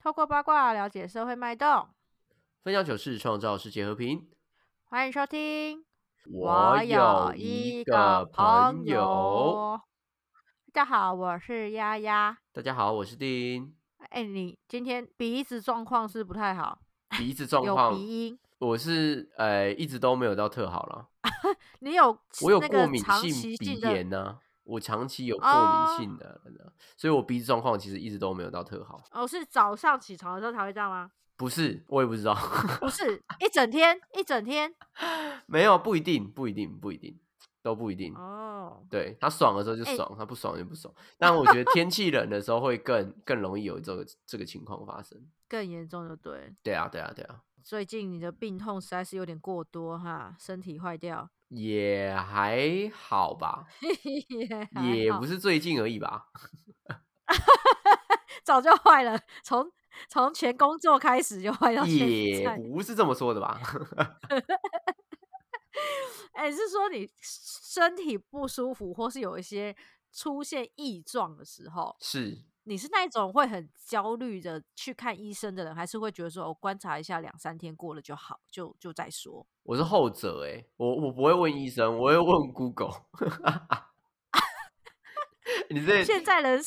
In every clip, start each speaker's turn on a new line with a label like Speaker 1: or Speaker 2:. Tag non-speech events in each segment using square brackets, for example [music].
Speaker 1: 透过八卦了解社会脉动。
Speaker 2: 分享糗事，创造世界和平。
Speaker 1: 欢迎收听。
Speaker 2: 我有一个朋友，，
Speaker 1: 大家好，我是丫丫。
Speaker 2: 大家好，我
Speaker 1: [laughs]
Speaker 2: 是丁。
Speaker 1: 哎，你今天鼻子状况是不太好，
Speaker 2: 鼻子状
Speaker 1: 有
Speaker 2: 况，
Speaker 1: 鼻音，
Speaker 2: 我是呃一直都没有到特好了。
Speaker 1: 你有
Speaker 2: 我有
Speaker 1: 那个
Speaker 2: 过敏
Speaker 1: 长
Speaker 2: 性
Speaker 1: 期
Speaker 2: 鼻
Speaker 1: 性的
Speaker 2: 炎呐、我长期有过
Speaker 1: 哦
Speaker 2: 敏性的人啊、所以我鼻子状况其实一直都没有到特好。
Speaker 1: 哦，是早上起床的时候才会这样吗？
Speaker 2: 不是，我也不知道， [laughs]
Speaker 1: 不是，一整天一整天
Speaker 2: 没有，不一定，不一定，不一定，都不一定。
Speaker 1: 哦，
Speaker 2: 对他爽的时候就
Speaker 1: 哎
Speaker 2: 爽，他不爽就不
Speaker 1: [laughs]
Speaker 2: 爽。但我觉得天气冷的时候会更更容易有这个这个情况发生。
Speaker 1: 更严重就对了。
Speaker 2: 对啊，对啊，对啊，
Speaker 1: 最近你的病痛实在是有点过多哈，身体坏掉 [laughs]
Speaker 2: 也还好吧，
Speaker 1: 也还
Speaker 2: 也
Speaker 1: 好
Speaker 2: 不是最近而
Speaker 1: [laughs]
Speaker 2: 已吧。
Speaker 1: 早就坏了，从从前工作开始就坏到现
Speaker 2: 也
Speaker 1: 在。
Speaker 2: 不是这么说的吧？ [laughs]
Speaker 1: 哎、是说你身体不舒服，或是有一些出现异状的时候，
Speaker 2: 是，
Speaker 1: 你是那种会很焦虑的去看医生的人，还是会觉得说，我、哦观察一下，两三天过了就好，就就再说？
Speaker 2: 我是后者哎、我我不会问医生，我会问 Google。你这
Speaker 1: 现在人，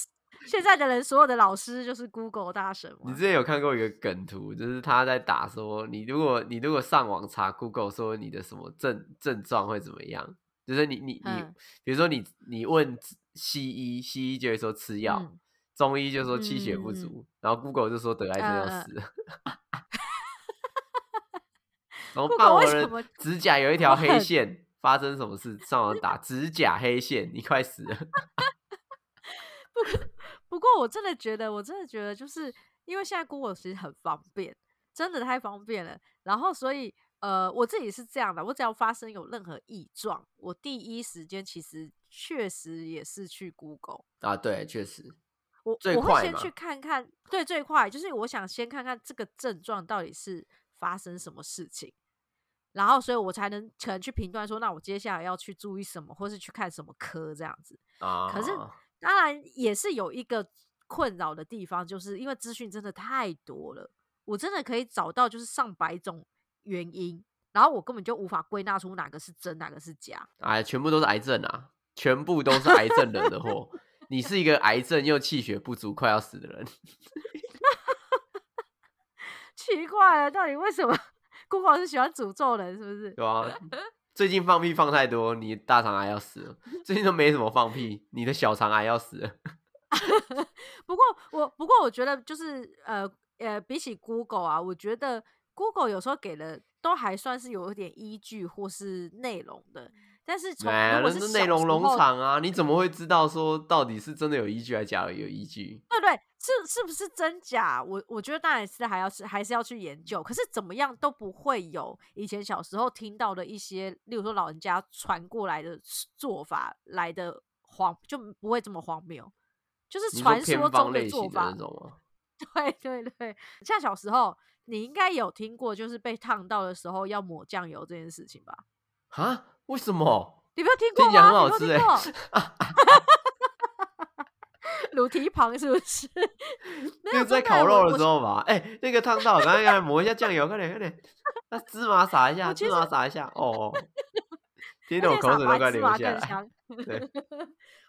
Speaker 1: 现在的人，所有的老师就是 Google 大神
Speaker 2: 你
Speaker 1: 嘛
Speaker 2: 之前有看过一个梗图，就是他在打说，你如果你如果上网查 Google 说你的什么症症状会怎么样，就是你你你，
Speaker 1: 嗯
Speaker 2: 比如说你你问西医，西医就会说吃药，
Speaker 1: 嗯
Speaker 2: 中医就说气血不
Speaker 1: 嗯嗯嗯
Speaker 2: 足，然后 Google 就说得癌症要
Speaker 1: 嗯嗯
Speaker 2: 死。然后
Speaker 1: Google
Speaker 2: 办我
Speaker 1: 为什
Speaker 2: 的
Speaker 1: 么
Speaker 2: 指甲有一条黑
Speaker 1: 很
Speaker 2: 线，发生什么事？上网打指甲黑线，你快死
Speaker 1: [laughs]
Speaker 2: 了。
Speaker 1: 不过我真的觉得，我真的觉得，就是因为现在 Google 其实很方便，真的太方便了。然后所以呃，我自己是这样的，我只要发生有任何异状，我第一时间其实确实也是去 Google。
Speaker 2: 啊，对，确实，
Speaker 1: 我
Speaker 2: 最
Speaker 1: 我会
Speaker 2: 快
Speaker 1: 先
Speaker 2: 嘛
Speaker 1: 去看看，对，最快就是我想先看看这个症状到底是发生什么事情，然后所以我才能可能去评断说，那我接下来要去注意什么，或是去看什么科这样子。
Speaker 2: 啊，
Speaker 1: 可是当然也是有一个困扰的地方，就是因为资讯真的太多了，我真的可以找到就是上百种原因，然后我根本就无法归纳出哪个是真，哪个是假。
Speaker 2: 哎，全部都是癌症啊，全部都是癌症惹的祸。 [laughs] 你是一个癌症又气血不足、快要死的人，
Speaker 1: 奇怪了，到底为什么 [laughs] Google 是喜欢诅咒人，是不是
Speaker 2: 对？吧、
Speaker 1: [laughs]
Speaker 2: 最近放屁放太多，你大肠癌要死了。最近都没什么放屁，你的小肠癌要死了。
Speaker 1: 不过我不过我觉得就是呃呃，比起 Google 啊，我觉得 Google 有时候给的都还算是有一点依据或是内容的，但是从
Speaker 2: 哎呀
Speaker 1: 如，果
Speaker 2: 那
Speaker 1: 是
Speaker 2: 是
Speaker 1: 小
Speaker 2: 内容
Speaker 1: 时
Speaker 2: 农
Speaker 1: 候
Speaker 2: 场啊，你怎么会知道说到底是真的有依据还是假的有依据？
Speaker 1: 对不对？是是不是真假？我我觉得当然是还要是还是要去研究，可是怎么样都不会有以前小时候听到的一些，例如说老人家传过来的做法来的荒，就不会这么荒谬。就是
Speaker 2: 你
Speaker 1: 传
Speaker 2: 偏
Speaker 1: 说
Speaker 2: 方
Speaker 1: 中的
Speaker 2: 类型
Speaker 1: 做
Speaker 2: 的
Speaker 1: 法
Speaker 2: 那，种吗？
Speaker 1: [laughs] 对对对。像小时候，你应该有听过，就是被烫到的时候要抹酱油这件事情吧？
Speaker 2: 啊？为什么？
Speaker 1: 你没有听过
Speaker 2: 听起来
Speaker 1: 吗？
Speaker 2: 很
Speaker 1: 你
Speaker 2: 好
Speaker 1: 没有
Speaker 2: 吃
Speaker 1: 听
Speaker 2: 哎、
Speaker 1: 过？
Speaker 2: [laughs]
Speaker 1: [laughs] 卤蹄膀是不是？ [laughs] 没
Speaker 2: 那
Speaker 1: 有
Speaker 2: 个在
Speaker 1: 真的
Speaker 2: 烤
Speaker 1: 我
Speaker 2: 肉的
Speaker 1: 我
Speaker 2: 时候吧，哎、那个烫到，赶快赶快抹一下酱油，快点快点，那芝麻撒一下，
Speaker 1: 我其
Speaker 2: 芝麻
Speaker 1: 实
Speaker 2: 撒一下，
Speaker 1: [laughs]
Speaker 2: 哦，哦听
Speaker 1: 而
Speaker 2: 得我
Speaker 1: 且
Speaker 2: 口
Speaker 1: 撒
Speaker 2: 水都
Speaker 1: 白
Speaker 2: 快
Speaker 1: 芝
Speaker 2: 流
Speaker 1: 麻
Speaker 2: 下
Speaker 1: 更
Speaker 2: 来。
Speaker 1: 香。 [laughs]
Speaker 2: 对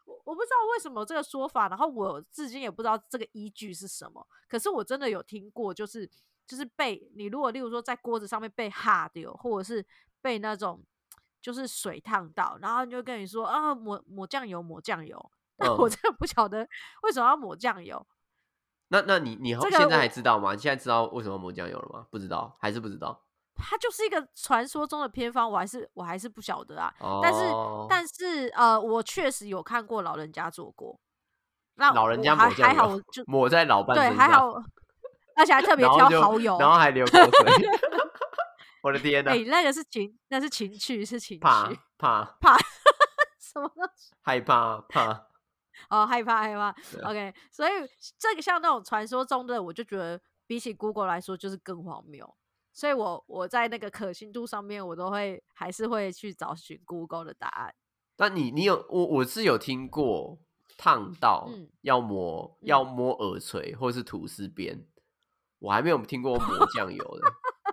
Speaker 1: 我我不知道为什么有这个说法，然后我至今也不知道这个依据是什么。可是我真的有听过，就是就是被你如果例如说在锅子上面被哈丢，或者是被那种就是水烫到，然后你就跟你说啊抹抹酱油抹酱油，但我
Speaker 2: 嗯
Speaker 1: 真的不晓得为什么要抹酱油，
Speaker 2: 那那你你
Speaker 1: 这个
Speaker 2: 现在还
Speaker 1: 我
Speaker 2: 知道吗？你现在知道为什么抹酱油了吗？不知道，还是不知道？
Speaker 1: 它就是一个传说中的偏方，我还是我还是不晓得啊。
Speaker 2: 哦，
Speaker 1: 但是、但是呃，我确实有看过老人家做过，那
Speaker 2: 老人
Speaker 1: 我
Speaker 2: 家
Speaker 1: 还
Speaker 2: 抹酱
Speaker 1: 还好，
Speaker 2: 油 [laughs]
Speaker 1: 我就
Speaker 2: 抹在老伴
Speaker 1: 对
Speaker 2: 身
Speaker 1: 还
Speaker 2: 上
Speaker 1: 好， [laughs] 而且还特别
Speaker 2: 然后
Speaker 1: 挑
Speaker 2: 就
Speaker 1: 蚝油。
Speaker 2: 然后还流
Speaker 1: [laughs]
Speaker 2: 口水，我的天呐、
Speaker 1: 哎、那个是情，那是情趣，
Speaker 2: [laughs]
Speaker 1: 是情
Speaker 2: 怕
Speaker 1: 趣，
Speaker 2: 怕
Speaker 1: 什么东西？
Speaker 2: 害怕怕，
Speaker 1: 哦，害怕害怕
Speaker 2: 对。啊
Speaker 1: OK，所以这个像那种传说中的，我就觉得比起 Google 来说，就是更荒谬。所以我我在那个可信度上面，我都会还是会去找寻 Google 的答案。 [laughs]
Speaker 2: 那你你有我我是有听过烫到
Speaker 1: 嗯
Speaker 2: 要抹、要
Speaker 1: 嗯
Speaker 2: 摸耳垂或是吐司边，我还没有听过抹酱油的。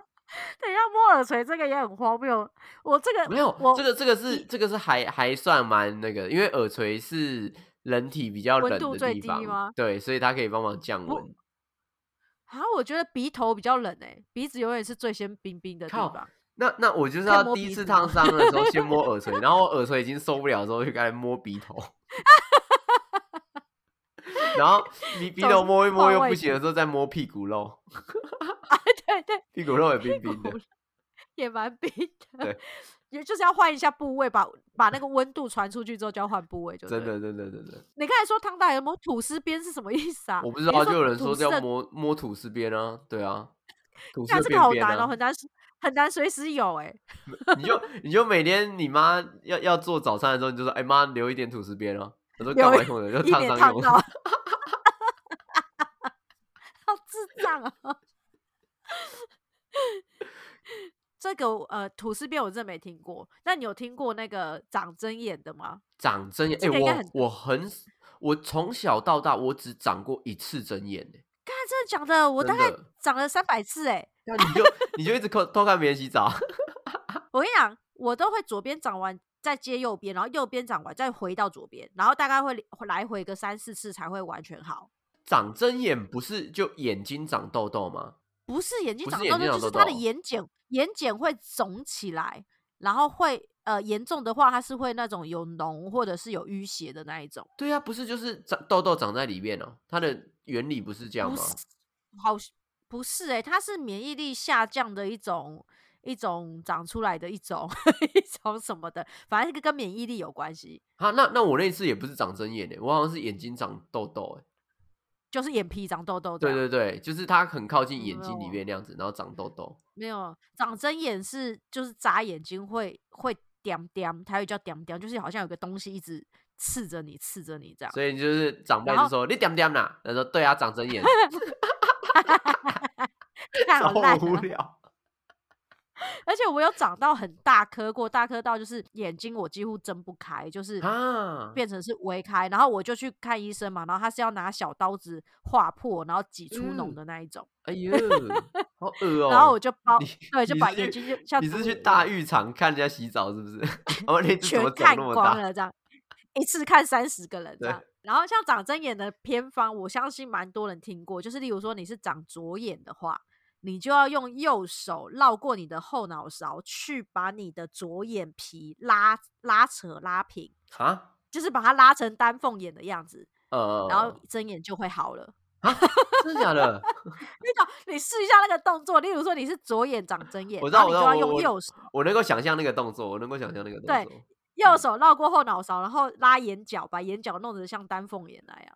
Speaker 1: [laughs] 等一下，摸耳垂这个也很荒谬。我这个
Speaker 2: 没有
Speaker 1: 我，
Speaker 2: 这个这个是这个是还还算蛮那个，因为耳垂是人体比较
Speaker 1: 温
Speaker 2: 冷
Speaker 1: 度
Speaker 2: 的
Speaker 1: 最
Speaker 2: 地
Speaker 1: 低
Speaker 2: 方
Speaker 1: 吗，
Speaker 2: 对，所以它可以帮忙降
Speaker 1: 不
Speaker 2: 温。
Speaker 1: 啊，我觉得鼻头比较冷诶、鼻子永远是最先冰冰的地
Speaker 2: 靠
Speaker 1: 方。
Speaker 2: 那那我就是
Speaker 1: 可以
Speaker 2: 要
Speaker 1: 摸
Speaker 2: 第一
Speaker 1: 鼻
Speaker 2: 次
Speaker 1: 子吗
Speaker 2: 烫伤的时候先摸耳垂，然后我耳垂已经受不了的时候就开始摸鼻头，然后
Speaker 1: [laughs]
Speaker 2: 鼻鼻
Speaker 1: 总
Speaker 2: 头
Speaker 1: 是
Speaker 2: 摸一摸又
Speaker 1: 换
Speaker 2: 不
Speaker 1: 位
Speaker 2: 行的时候再摸屁股肉，
Speaker 1: 对对，
Speaker 2: 屁股肉也冰冰的
Speaker 1: 股。也蛮冰的
Speaker 2: 对。
Speaker 1: 也就是要换一下部位，把把那个温度传出去之后就要换部位就，
Speaker 2: 真。的真的真的，
Speaker 1: 你刚才说汤大有摸吐司边是什么意思啊？
Speaker 2: 我不
Speaker 1: 你
Speaker 2: 知
Speaker 1: 是
Speaker 2: 道，就有人说
Speaker 1: 吐司
Speaker 2: 叫
Speaker 1: 的
Speaker 2: 摸摸吐司边啊，对啊，吐司
Speaker 1: 干
Speaker 2: 的
Speaker 1: 这个
Speaker 2: 边
Speaker 1: 好
Speaker 2: 边
Speaker 1: 难哦，
Speaker 2: 啊
Speaker 1: 很，难很难随时有哎、
Speaker 2: 你就你就每天你妈要要做早餐的时候，你就说，哎妈，留一点吐司边啊。我说干
Speaker 1: 留
Speaker 2: 嘛用的？就
Speaker 1: 一
Speaker 2: 烫
Speaker 1: 脸
Speaker 2: 伤
Speaker 1: 烫
Speaker 2: 用
Speaker 1: 到，
Speaker 2: [laughs] 的。
Speaker 1: 好智障啊！这个我呃吐司边我真的没听过，那你有听过那个长针眼的吗？
Speaker 2: 长针眼，哎、
Speaker 1: 这个应该很
Speaker 2: 我我很我从小到大我只长过一次针眼、欸，
Speaker 1: 看真的讲的，我大
Speaker 2: 真
Speaker 1: 概
Speaker 2: 的
Speaker 1: 长了三百次哎、
Speaker 2: 那 [laughs] 你就你就一直偷偷看别人洗澡， [laughs]
Speaker 1: 我跟你讲，我都会左边长完再接右边，然后右边长完再回到左边，然后大概会来回个三四次才会完全好。
Speaker 2: 长针眼不是就眼睛长痘痘吗？
Speaker 1: 不是眼睛
Speaker 2: 不
Speaker 1: 长
Speaker 2: 是眼
Speaker 1: 痘
Speaker 2: 睛
Speaker 1: 痘，
Speaker 2: 长
Speaker 1: 就是
Speaker 2: 痘
Speaker 1: 它的
Speaker 2: 痘
Speaker 1: 眼睑眼睑会肿起来，然后会呃严重的话，它是会那种有脓或者是有淤血的那一种。
Speaker 2: 对啊，不是就是长痘痘长在里面哦、它的原理不是这样
Speaker 1: 不
Speaker 2: 吗？
Speaker 1: 是，好像不是诶、它是免疫力下降的一种一种长出来的一种 [laughs] 一种什么的，反正跟跟免疫力有关系，
Speaker 2: 啊，那那我那次也不是长针眼诶、我好像是眼睛长痘痘诶、
Speaker 1: 就是眼皮长痘痘这
Speaker 2: 对
Speaker 1: 样。
Speaker 2: 对对，就是它很靠近眼
Speaker 1: 没
Speaker 2: 睛里
Speaker 1: 有
Speaker 2: 面那样子，然后长痘痘。
Speaker 1: 没有长针眼是就是眨眼睛会会点点，台语叫点点，就是好像有个东西一直刺着你刺着你这样。
Speaker 2: 所以就是长辈
Speaker 1: 然
Speaker 2: 就
Speaker 1: 后
Speaker 2: 说你点点啦，他说对啊，长针眼，
Speaker 1: [laughs] 看 [laughs] 好烂
Speaker 2: 超无
Speaker 1: 啊
Speaker 2: 聊。
Speaker 1: 而且我有长到很大颗过，大颗到就是眼睛我几乎睁不开，就是
Speaker 2: 啊
Speaker 1: 变成是微开，然后我就去看医生嘛，然后他是要拿小刀子划破，然后挤出脓
Speaker 2: 嗯
Speaker 1: 的那一种，
Speaker 2: 哎呦，好恶哦、
Speaker 1: [laughs] 然后我就包
Speaker 2: 你，
Speaker 1: 对，就
Speaker 2: 你
Speaker 1: 把
Speaker 2: 是
Speaker 1: 眼
Speaker 2: 去
Speaker 1: 睛就像
Speaker 2: 你是
Speaker 1: 毒
Speaker 2: 去
Speaker 1: 一
Speaker 2: 大
Speaker 1: 样
Speaker 2: 浴场看人家洗澡是不 [laughs] 是？然后那
Speaker 1: 全
Speaker 2: 只怎么长
Speaker 1: 看
Speaker 2: 那么
Speaker 1: 光
Speaker 2: 大？
Speaker 1: 了，这
Speaker 2: [laughs]
Speaker 1: 样一次看三十个人这
Speaker 2: 对
Speaker 1: 样。然后像长针眼的偏方，我相信蛮多人听过，就是例如说你是长左眼的话，你就要用右手绕过你的后脑勺，去把你的左眼皮拉拉扯拉平，
Speaker 2: 啊？
Speaker 1: 就是把它拉成丹凤眼的样子，
Speaker 2: 呃，
Speaker 1: 然后针眼就会好了。 [laughs]
Speaker 2: 真的假的？
Speaker 1: 那个你试一下那个动作，例如说你是左眼长针眼，
Speaker 2: 我知
Speaker 1: 然
Speaker 2: 道，
Speaker 1: 后
Speaker 2: 我
Speaker 1: 你就要
Speaker 2: 知道，我
Speaker 1: 用
Speaker 2: 我
Speaker 1: 右手
Speaker 2: 我能够想象那个动作，我能够想象那个动
Speaker 1: 对
Speaker 2: 作。嗯
Speaker 1: 右手绕过后脑勺，然后拉眼角，把眼角弄得像丹凤眼那样。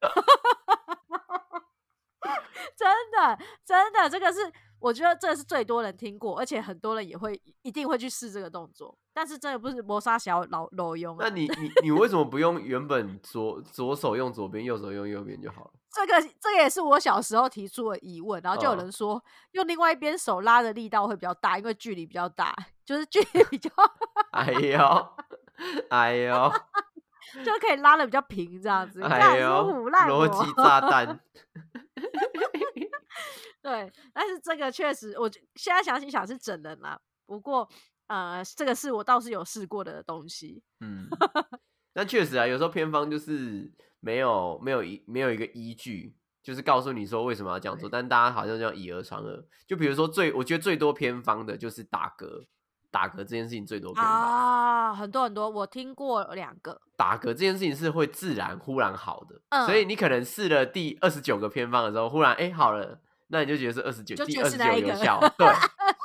Speaker 1: [laughs] 真的，真的，这个是我觉得这是最多人听过，而且很多人也会一定会去试这个动作。但是真的不是磨砂小老老用、
Speaker 2: 那
Speaker 1: 啊，
Speaker 2: 你你你为什么不用原本左左手用左边，右手用右边就好了？
Speaker 1: 这个这个也是我小时候提出的疑问，然后就有
Speaker 2: 嗯
Speaker 1: 人说、用另外一边手拉的力道会比较大，因为距离比较大， [laughs] 就是距离比较 [laughs]
Speaker 2: 哎呦， [laughs] 哎呦，
Speaker 1: 就可以拉的比较平这样子。你
Speaker 2: 哎
Speaker 1: 看，
Speaker 2: 呦，
Speaker 1: 说腐烂
Speaker 2: 逻
Speaker 1: 我
Speaker 2: 辑炸弹。
Speaker 1: 对，但是这个确实，我觉现在想起想是整人啦。不过，呃，这个是我倒是有试过的东西。
Speaker 2: 嗯，那确实啊，有时候偏方就是没有没有一没有一个依据，就是告诉你说为什么要这样做，但大家好像这样以讹传讹。就比如说最，我觉得最多偏方的就是打嗝，打嗝这件事情最多偏方。
Speaker 1: 啊，很多很多，我听过两个， [laughs]
Speaker 2: 打嗝这件事情是会自然忽然好的，所以
Speaker 1: 嗯
Speaker 2: 你可能试了第二十九个偏方的时候，忽然哎、好了，那你就觉得是二十九，
Speaker 1: 就
Speaker 2: 第
Speaker 1: 觉
Speaker 2: 二
Speaker 1: 得
Speaker 2: 十
Speaker 1: 是
Speaker 2: 九
Speaker 1: 那一
Speaker 2: 有
Speaker 1: 个
Speaker 2: 效，对。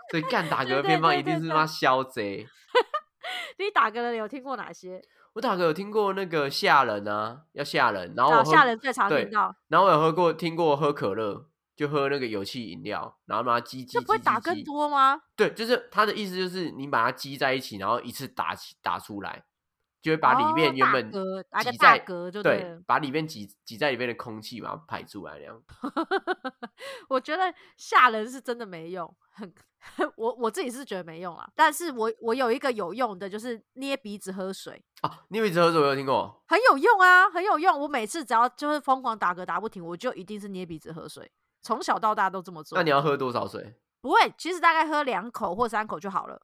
Speaker 2: 所以干打嗝
Speaker 1: 对
Speaker 2: 的
Speaker 1: 对
Speaker 2: 偏方
Speaker 1: 对
Speaker 2: 一定
Speaker 1: 对
Speaker 2: 是
Speaker 1: 对
Speaker 2: 妈消贼。
Speaker 1: 你打嗝的有听过哪些？
Speaker 2: 我打嗝有听过那个吓人啊，要吓人，然后我
Speaker 1: 啊，
Speaker 2: 喝
Speaker 1: 吓人最常
Speaker 2: 对
Speaker 1: 听到，
Speaker 2: 然后我有喝过，听过喝可乐，就喝那个有气饮料，然后把它激激
Speaker 1: 这
Speaker 2: 激
Speaker 1: 不会打
Speaker 2: 激
Speaker 1: 更
Speaker 2: 激。
Speaker 1: 多吗？
Speaker 2: 对，就是他的意思就是你把它激在一起，然后一次打起打出来，就会把里
Speaker 1: 哦
Speaker 2: 面原
Speaker 1: 打
Speaker 2: 本
Speaker 1: 嗝打个
Speaker 2: 挤
Speaker 1: 大
Speaker 2: 在
Speaker 1: 嗝就对
Speaker 2: 对
Speaker 1: 了， [laughs]
Speaker 2: 把里面挤挤在里面的空气把它排出来那样。
Speaker 1: 我觉得吓人是真的没用，很 [laughs] 我我自己是觉得没用啊。但是我我有一个有用的，就是捏鼻子喝水。
Speaker 2: 啊，你有一直喝水，我有听过。
Speaker 1: 很有用啊，很有用。我每次只要就是疯狂打嗝打不停，我就一定是捏鼻子喝水，从小到大都这么做。
Speaker 2: 那你要喝多少水？
Speaker 1: 不会，其实大概喝两口或三口就好了。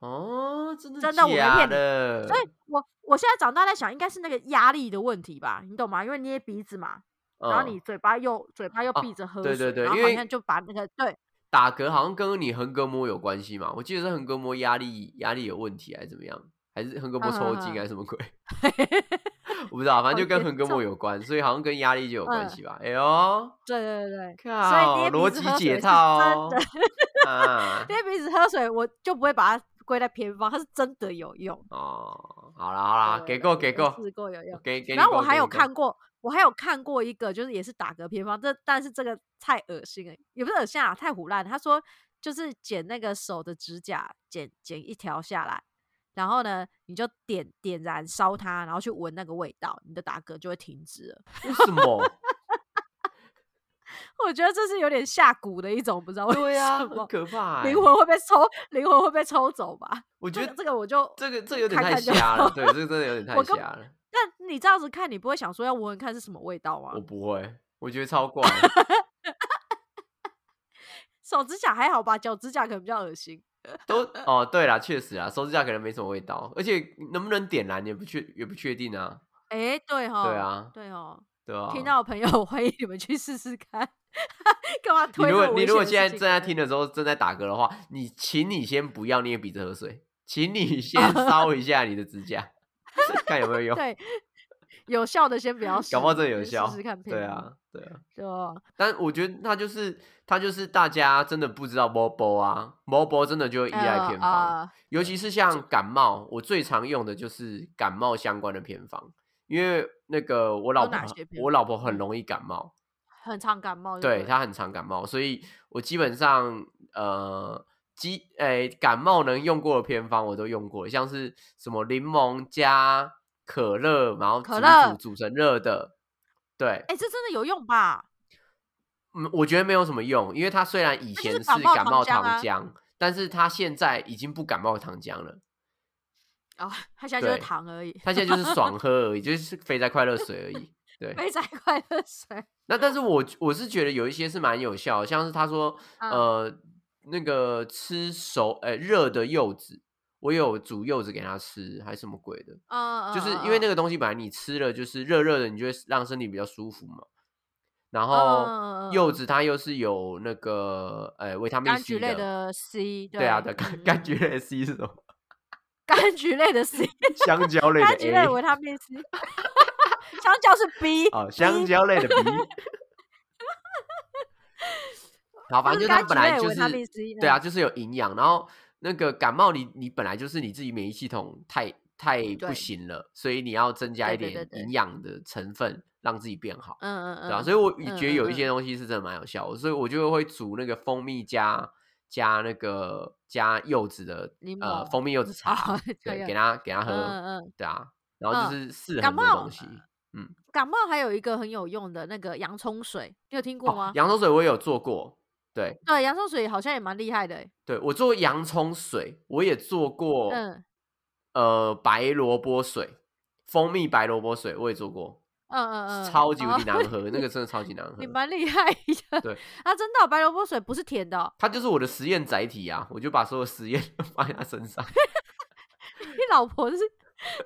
Speaker 2: 哦，真的
Speaker 1: 真的我没
Speaker 2: 假
Speaker 1: 骗你
Speaker 2: 的？
Speaker 1: 所以我我现在长大在想，应该是那个压力的问题吧，你懂吗？因为捏鼻子嘛，
Speaker 2: 嗯，
Speaker 1: 然后你嘴巴又嘴巴又
Speaker 2: 哦
Speaker 1: 闭着喝水，
Speaker 2: 对对对
Speaker 1: 然后
Speaker 2: 因
Speaker 1: 好
Speaker 2: 为
Speaker 1: 像就把那个对
Speaker 2: 打嗝好像跟你横膈膜有关系嘛？我记得是横膈膜压力压力有问题还是怎么样？还是横膈膜
Speaker 1: 嗯
Speaker 2: 抽
Speaker 1: 嗯
Speaker 2: 筋
Speaker 1: 嗯
Speaker 2: 还是什么鬼？ [laughs] 我不知道，反正就
Speaker 1: 好
Speaker 2: 跟
Speaker 1: 严
Speaker 2: 横膈膜有关，所以好像跟压力就有关
Speaker 1: 嗯
Speaker 2: 系吧？哎呦，
Speaker 1: 对对对对。
Speaker 2: 靠，
Speaker 1: 捏鼻
Speaker 2: 逻
Speaker 1: 子
Speaker 2: 辑
Speaker 1: 喝水
Speaker 2: 解
Speaker 1: 是
Speaker 2: 套
Speaker 1: 真 [laughs]
Speaker 2: 哦，啊，
Speaker 1: 捏鼻子喝水，我就不会把它归在偏方，它是真的有用。
Speaker 2: 哦，好啦好啦，
Speaker 1: 对
Speaker 2: 给
Speaker 1: 对
Speaker 2: 够
Speaker 1: 对
Speaker 2: 给
Speaker 1: 我
Speaker 2: 够，
Speaker 1: 试过有用。
Speaker 2: 给给你够。
Speaker 1: 然后我还
Speaker 2: 给
Speaker 1: 有
Speaker 2: 你够
Speaker 1: 看过，我还有看过一个，就是也是打嗝偏方，这但是这个太恶心了，也不是恶心啊，太胡乱了。他说就是剪那个手的指甲，剪剪一条下来，然后呢，你就点点燃烧它，然后去闻那个味道，你的打嗝就会停止了。
Speaker 2: 为什么？
Speaker 1: 我觉得这是有点下蛊的一种，不知道为
Speaker 2: 对啊，
Speaker 1: 什
Speaker 2: 很
Speaker 1: 么。
Speaker 2: 可怕欸。
Speaker 1: 灵魂会被抽，灵魂会被抽走吧？
Speaker 2: 我觉
Speaker 1: 这
Speaker 2: 得
Speaker 1: 个这个我就
Speaker 2: 这个这个有点
Speaker 1: 看
Speaker 2: 太
Speaker 1: 看就
Speaker 2: 瞎了，对，这个真的有点太
Speaker 1: 我根
Speaker 2: 瞎了。
Speaker 1: 但你这样子看，你不会想说要闻闻看是什么味道吗
Speaker 2: 我？不会，我觉得
Speaker 1: [laughs]
Speaker 2: 超怪。
Speaker 1: 手指甲还好吧，脚指甲可能比较恶心。 [laughs]
Speaker 2: 都哦，对啦，确实啊，手指甲可能没什么味道，而且能不能点燃也不确也不确定啊。
Speaker 1: 哎、对哈，
Speaker 2: 对，啊，
Speaker 1: 对哦。
Speaker 2: 对啊。
Speaker 1: 听到的朋友， [laughs] 欢迎你们去试试看。干嘛
Speaker 2: 你
Speaker 1: 推
Speaker 2: 如
Speaker 1: 这
Speaker 2: 果
Speaker 1: 么危
Speaker 2: 你如果
Speaker 1: 险的事
Speaker 2: 现
Speaker 1: 情
Speaker 2: 在正在
Speaker 1: 给
Speaker 2: 听的时候正在打嗝的话，你请你先不要捏鼻子喝水，请
Speaker 1: [laughs]
Speaker 2: 你先搔一下你的指甲， [laughs] 看有没有
Speaker 1: 我？
Speaker 2: 用。
Speaker 1: 啊 [laughs] 对，有效的先不要试，
Speaker 2: 搞不好真的有
Speaker 1: 先
Speaker 2: 效
Speaker 1: 试试看。
Speaker 2: 对，啊，对啊。
Speaker 1: 对哦
Speaker 2: 但我觉得他就是他就是大家真的不知道 mobile 啊，mobile 真的就会依赖
Speaker 1: 呃
Speaker 2: 偏方，
Speaker 1: 啊
Speaker 2: 尤其是像感冒，我最常用的就是感冒相关的偏方，因为那个我老
Speaker 1: 有
Speaker 2: 婆
Speaker 1: 哪些偏
Speaker 2: 我老婆很
Speaker 1: 嗯
Speaker 2: 容易感冒，
Speaker 1: 很常感冒就
Speaker 2: 对
Speaker 1: 了
Speaker 2: 她很常感冒，所以我基本上呃。基诶、感冒能用过的偏方我都用过，像是什么柠檬加可乐，然后煮
Speaker 1: 可
Speaker 2: 一
Speaker 1: 乐
Speaker 2: 煮煮成热的，对，
Speaker 1: 哎、这真的有用吧？
Speaker 2: 嗯，我觉得没有什么用，因为他虽然以
Speaker 1: 那就
Speaker 2: 前
Speaker 1: 是
Speaker 2: 是
Speaker 1: 感冒
Speaker 2: 感
Speaker 1: 糖
Speaker 2: 冒
Speaker 1: 浆
Speaker 2: 糖
Speaker 1: 啊
Speaker 2: 浆，但是他现在已经不感冒糖浆了，
Speaker 1: 哦，它现在就是
Speaker 2: 对
Speaker 1: 糖而已，
Speaker 2: 他现在就是爽喝而已，就是肥宅快乐水而已。对，
Speaker 1: 肥仔快乐
Speaker 2: [laughs]
Speaker 1: 水。
Speaker 2: 那但是我我是觉得有一些是蛮有效的，像是他说，
Speaker 1: 嗯
Speaker 2: 呃，那个吃熟呃热的柚子，我有煮柚子给他吃，还是什么鬼的，
Speaker 1: 嗯，
Speaker 2: 就是因为那
Speaker 1: 个，
Speaker 2: 个东西本来你吃了就是热热的，你就会让身体比较舒服嘛。
Speaker 1: 嗯
Speaker 2: 然
Speaker 1: 嗯
Speaker 2: 后
Speaker 1: 嗯
Speaker 2: 柚
Speaker 1: 嗯
Speaker 2: 子它又是有那个呃维他命
Speaker 1: 柑橘
Speaker 2: C
Speaker 1: 类的 C，
Speaker 2: 对啊，
Speaker 1: 对
Speaker 2: 对，柑
Speaker 1: 嗯
Speaker 2: 柑橘类的 C 是什么？ [laughs]
Speaker 1: 柑橘类的 C，
Speaker 2: 香蕉类
Speaker 1: 柑
Speaker 2: 的
Speaker 1: 橘类
Speaker 2: A
Speaker 1: 的维他命 C，香蕉是 B，
Speaker 2: 啊、 [laughs] 哦，香
Speaker 1: B
Speaker 2: 蕉
Speaker 1: [laughs]
Speaker 2: 类的 B。好，反正
Speaker 1: 就
Speaker 2: 就是它
Speaker 1: 柑橘
Speaker 2: 本来
Speaker 1: 类
Speaker 2: 就
Speaker 1: 维
Speaker 2: 是
Speaker 1: 他命 C，
Speaker 2: 对啊，
Speaker 1: 嗯，
Speaker 2: 就是有营养。然后那个感冒你，你本来就是你自己免疫系统太太不
Speaker 1: 对
Speaker 2: 行了，所以你要增加
Speaker 1: 对
Speaker 2: 一
Speaker 1: 对对
Speaker 2: 点
Speaker 1: 对
Speaker 2: 营养的成分，让自己变好。
Speaker 1: 嗯嗯嗯，
Speaker 2: 对啊，所以我
Speaker 1: 嗯
Speaker 2: 觉得有
Speaker 1: 嗯
Speaker 2: 一些东西是真的蛮有效的，所以我就会煮那个蜂蜜加加那个加柚子的
Speaker 1: 柠
Speaker 2: 呃
Speaker 1: 檬
Speaker 2: 蜂蜜
Speaker 1: [laughs]
Speaker 2: 柚子茶，
Speaker 1: 啊，可以
Speaker 2: 对，
Speaker 1: 啊
Speaker 2: 给他给他喝，
Speaker 1: 嗯嗯
Speaker 2: 对啊，然后就
Speaker 1: 嗯
Speaker 2: 是适
Speaker 1: 感
Speaker 2: 合的
Speaker 1: 冒
Speaker 2: 东西。
Speaker 1: 感冒还有一个很有用的那个洋葱水，你有听过
Speaker 2: 哦
Speaker 1: 吗，？
Speaker 2: 洋葱水我也有做过，对
Speaker 1: 对，洋葱水好像也蛮厉害的欸，
Speaker 2: 对，我做过洋葱水，我也做过，
Speaker 1: 嗯
Speaker 2: 呃，白萝卜水，蜂蜜白萝卜水我也做过，
Speaker 1: 嗯嗯嗯，
Speaker 2: 超级无
Speaker 1: 哦
Speaker 2: 敌难喝，那个真的超级难喝
Speaker 1: 你。蛮厉害的，
Speaker 2: 对，
Speaker 1: 啊，真的哦白萝卜水不是甜的哦，
Speaker 2: 它就是我的实验载体啊，我就把所有实验都 [laughs] 放在它
Speaker 1: [laughs]
Speaker 2: 身上。
Speaker 1: 你老婆是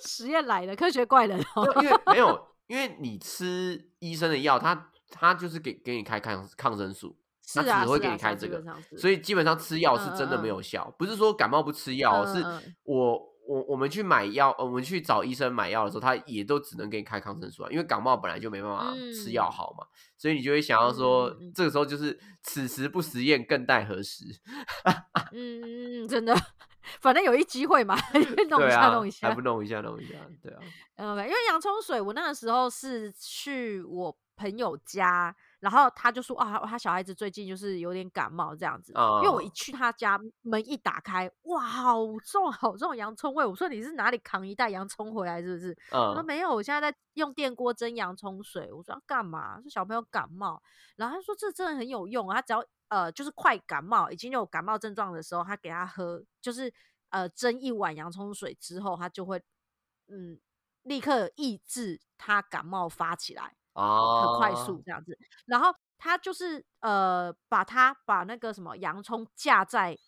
Speaker 1: [laughs] 实验来的科学怪人哦，
Speaker 2: 没有因为没有，因为你吃医生的药，他他就是给给你开抗抗生素，
Speaker 1: 是
Speaker 2: 只
Speaker 1: 啊，
Speaker 2: 会
Speaker 1: 是
Speaker 2: 给
Speaker 1: 啊
Speaker 2: 你
Speaker 1: 是
Speaker 2: 开
Speaker 1: 啊
Speaker 2: 这
Speaker 1: 基
Speaker 2: 个
Speaker 1: 本上是
Speaker 2: 所以基本上吃药是真的没
Speaker 1: 嗯嗯嗯
Speaker 2: 有效，不是说感冒不吃药哦，
Speaker 1: 嗯嗯
Speaker 2: 是我我我们去买药，呃我们去找医生买药的时候，他也都只能给你开抗生素啊，因为感冒本来就没办法吃药
Speaker 1: 嗯
Speaker 2: 好嘛，所以你就会想要说，
Speaker 1: 嗯嗯嗯嗯
Speaker 2: 这个时候就是此时不实验更待何时？
Speaker 1: 嗯嗯嗯，真的， [laughs] 反正有一机会嘛，弄一
Speaker 2: [laughs] 对
Speaker 1: 下
Speaker 2: 啊，
Speaker 1: 弄一下
Speaker 2: 还不，弄一下弄一下，
Speaker 1: [laughs]
Speaker 2: 对啊，
Speaker 1: 嗯，因为洋葱水，我那个时候是去我朋友家，然后他就说啊，他小孩子最近就是有点感冒这样子。因为我一
Speaker 2: 哦
Speaker 1: 去他家，门一打开，哇，好重好重的洋葱味！我说你是哪里扛一袋洋葱回来是不是？我说
Speaker 2: 嗯，
Speaker 1: 没有，我现在在用电锅蒸洋葱水。我说要干嘛？说小朋友感冒，然后他说这真的很有用啊，他只要呃就是快感冒，已经有感冒症状的时候，他给他喝，就是呃蒸一碗洋葱水之后，他就会嗯立刻抑制他感冒发起来，很
Speaker 2: 哦，
Speaker 1: 快速这样子。然后他就是呃，把它把那个什么洋葱架在